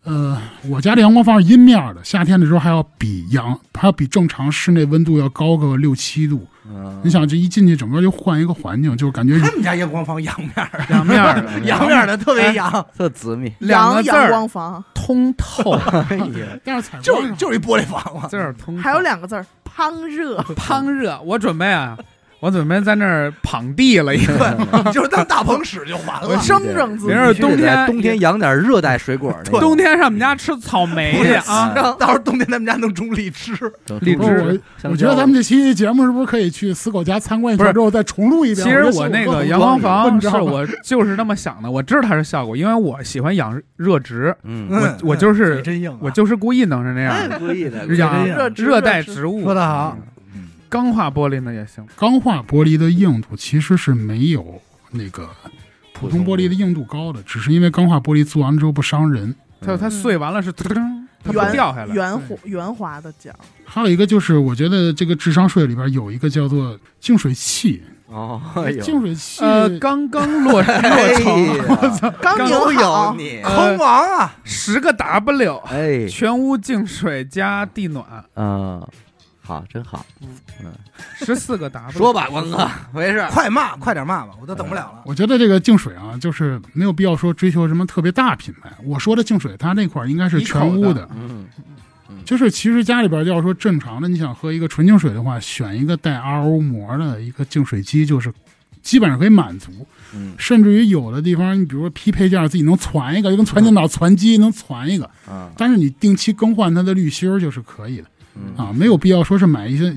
呃，我家的阳光房是阴面儿的，夏天的时候还要比阳，还要比正常室内温度要高个六七度。嗯你想，这一进去，整个就换一个环境，就是 感觉他们家阳光房阳面儿，两面儿的阳面儿的特别阳，特紫米，两个阳字阳儿光房，通 透，哎呀，但是采光就是就是一玻璃房嘛。字儿通透。还有两个字 儿烹热，汤热，我准备啊，我准备在那儿捧地了已经。对， 就是当大棚使就 完了。生整自没事儿必须得在冬天冬天养点热带水果，那个 冬天上我们家吃草莓去啊啊，到时候冬天他们家弄种荔枝，荔不是枝。我，我觉得咱们这期节目是不是可以去死狗家参观一圈之后再重录 一其遍？实觉得我那 死狗个很阳光装逼房你知是道吗我就是那么想的，我知道它是效果，因为我喜欢养热 植， 嗯，嗯我就是嘴真硬啊。我就是故意弄成那样的。故意的养啊真热热带植，植物说得好，钢化玻璃呢也行，钢化玻璃的硬度其实是没有那个普通玻璃的硬度高的，只是因为钢化玻璃做完了之后不伤人。它它碎完了是噔，它不圆掉下来。嗯圆滑圆滑的角，还有一个就是，我觉得这个智商税里边有一个叫做净水器，哦，哎呦，净水器呃，刚刚落落成， 我操，哎刚 都拧有好，你，坑王啊，十个 W，哎，全屋净水加地暖，嗯，好，真好，十四个 W。说吧，光哥，没事， 快骂，快点骂吧，我都等不了嗯了。我觉得这个净水啊，就是没有必要说追求什么特别大品牌。我说的净水，它那块儿应该是全屋一口的，嗯，就是其实家里边要说正常的，你想喝一个纯净水的话，选一个带 RO 膜的一个净水机，就是基本上可以满足。嗯甚至于有的地方，你比如说批配件自己能攒一个，就跟攒电脑、攒机能攒一个，嗯啊，但是你定期更换它的滤芯儿就是可以的嗯啊，没有必要说是买一些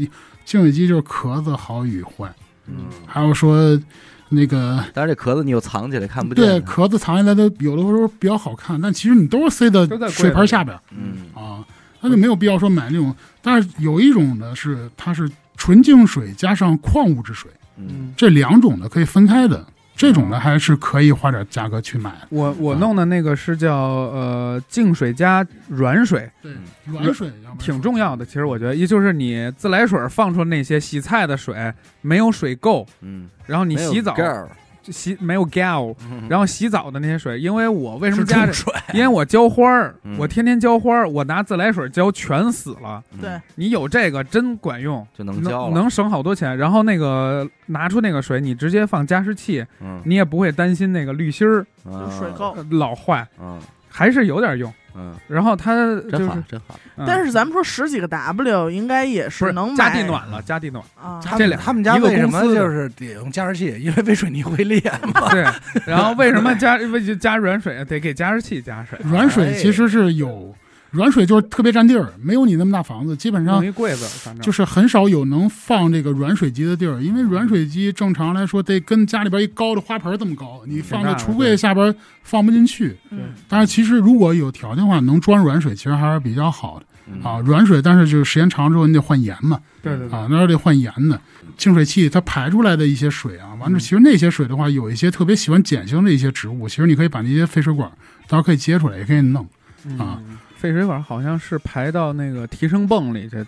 净水机就是壳子好与坏，嗯，还有说那个但是这壳子你又藏起来看啊不见的，对壳子藏起来的有的时候比较好看，但其实你都是塞都在到柜子水盆下边儿嗯啊，那就没有必要说买那种。但是有一种呢是它是纯净水加上矿物质水，嗯，这两种的可以分开的，这种的还是可以花点价格去买的。我我啊弄的那个是叫呃净水加软水，对，软水嗯要不嗯然挺重要的。其实我觉得，也就是你自来水放出那些洗菜的水没有水垢，嗯，然后你没有洗澡 girl 洗没有 gal，嗯然后洗澡的那些水，因为我为什么是家里，冲水，因为我浇花儿嗯，我天天浇花儿，我拿自来水浇全死了。嗯对，你有这个真管用，就能交能了，能省好多钱。然后那个拿出那个水，你直接放加湿器，嗯，你也不会担心那个滤芯儿啊就水垢。哦呃老坏，嗯，还是有点用。嗯然后它就真好是，，真好，嗯但是咱们说十几个 W 应该也不是能买加地暖了，加地暖。啊，他这们俩他们家一个为什么公司的就是得用加湿器？因为微水泥会裂嘛。对，然后为什么加为就加软水得给加湿器加水？ 哎软水其实是有，软水就是特别占地儿，没有你那么大房子，基本上弄一柜子，反正就是很少有能放这个软水机的地儿，因为软水机正常来说得跟家里边一高的花盆这么高，你放在橱柜下边放不进去。嗯但是其实如果有条件的话，能装软水其实还是比较好的嗯啊。，软水，但是就是时间长之后你得换盐嘛，对对对，啊，那是得换盐的。净水器它排出来的一些水啊，嗯完了，其实那些水的话，有一些特别喜欢碱性的一些植物，其实你可以把那些废水管到时候可以接出来，也可以弄。嗯啊废水管好像是排到那个提升泵里去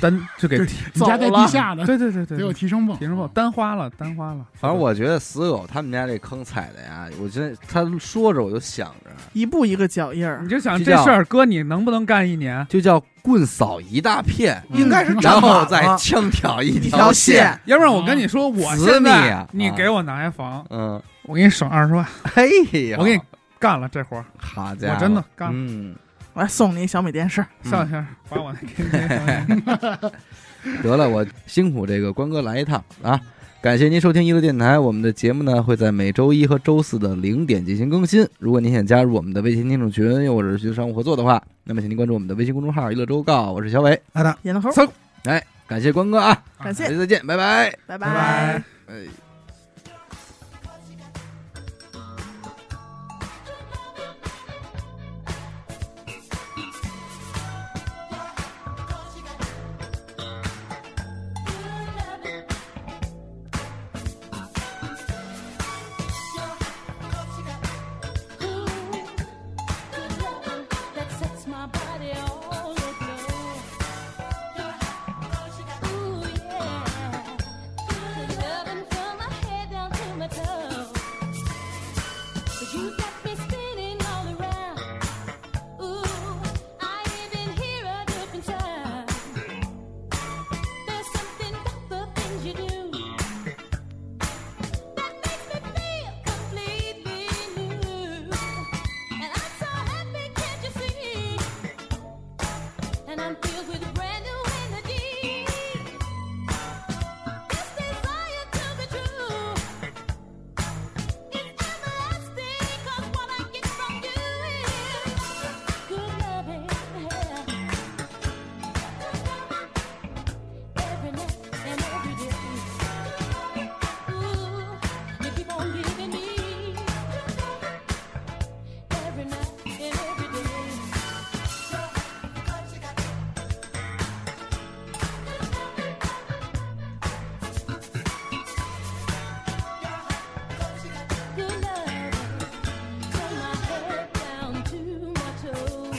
单就给就提你家在地下的，对对对对得有对，提升泵，提升后啊单花了，单花了。反正我觉得死狗他们家这坑踩的呀，我觉得他说着我就想着，一步一个脚印儿你。就想睡这觉事儿，哥你能不能干一年？就叫棍扫一大片，嗯应该是然站后满再啊了。枪挑一嗯一条线线。要不然我跟你说，我死现你在啊你啊给我拿一房，嗯，我给你省二十万，哎呀，我给你干了这活儿，好家伙，我真的干了。嗯，我还送你一小米电视，笑一下，把我那给你。 得了，我辛苦这个关哥来一趟啊！感谢您收听一路电台，我们的节目呢会在每周一和周四的零点进行更新。如果您想加入我们的微信听众群，又或者是寻求商务合作的话，那么请您关注我们的微信公众号“一乐周告”，我是小伟。好的，闫德猴，哎，感谢关哥啊，感下谢，期再见，拜拜。拜哎拜拜。哎。 My body all aglow. Ooh, yeah. Good loving from my head down to my toes. But you got me spinning all around. Ooh, I even hear a different sound. There's something about the things you do that makes me feel completely new. And I'm so happy, can't you see? and I'm filled with brand new energy. This desire to be true is everlasting, 'cause what I get from you is good loving. Every night and every day. Ooh, you keep on giving me every night and every day. Good love, from my head down to my toes. mm,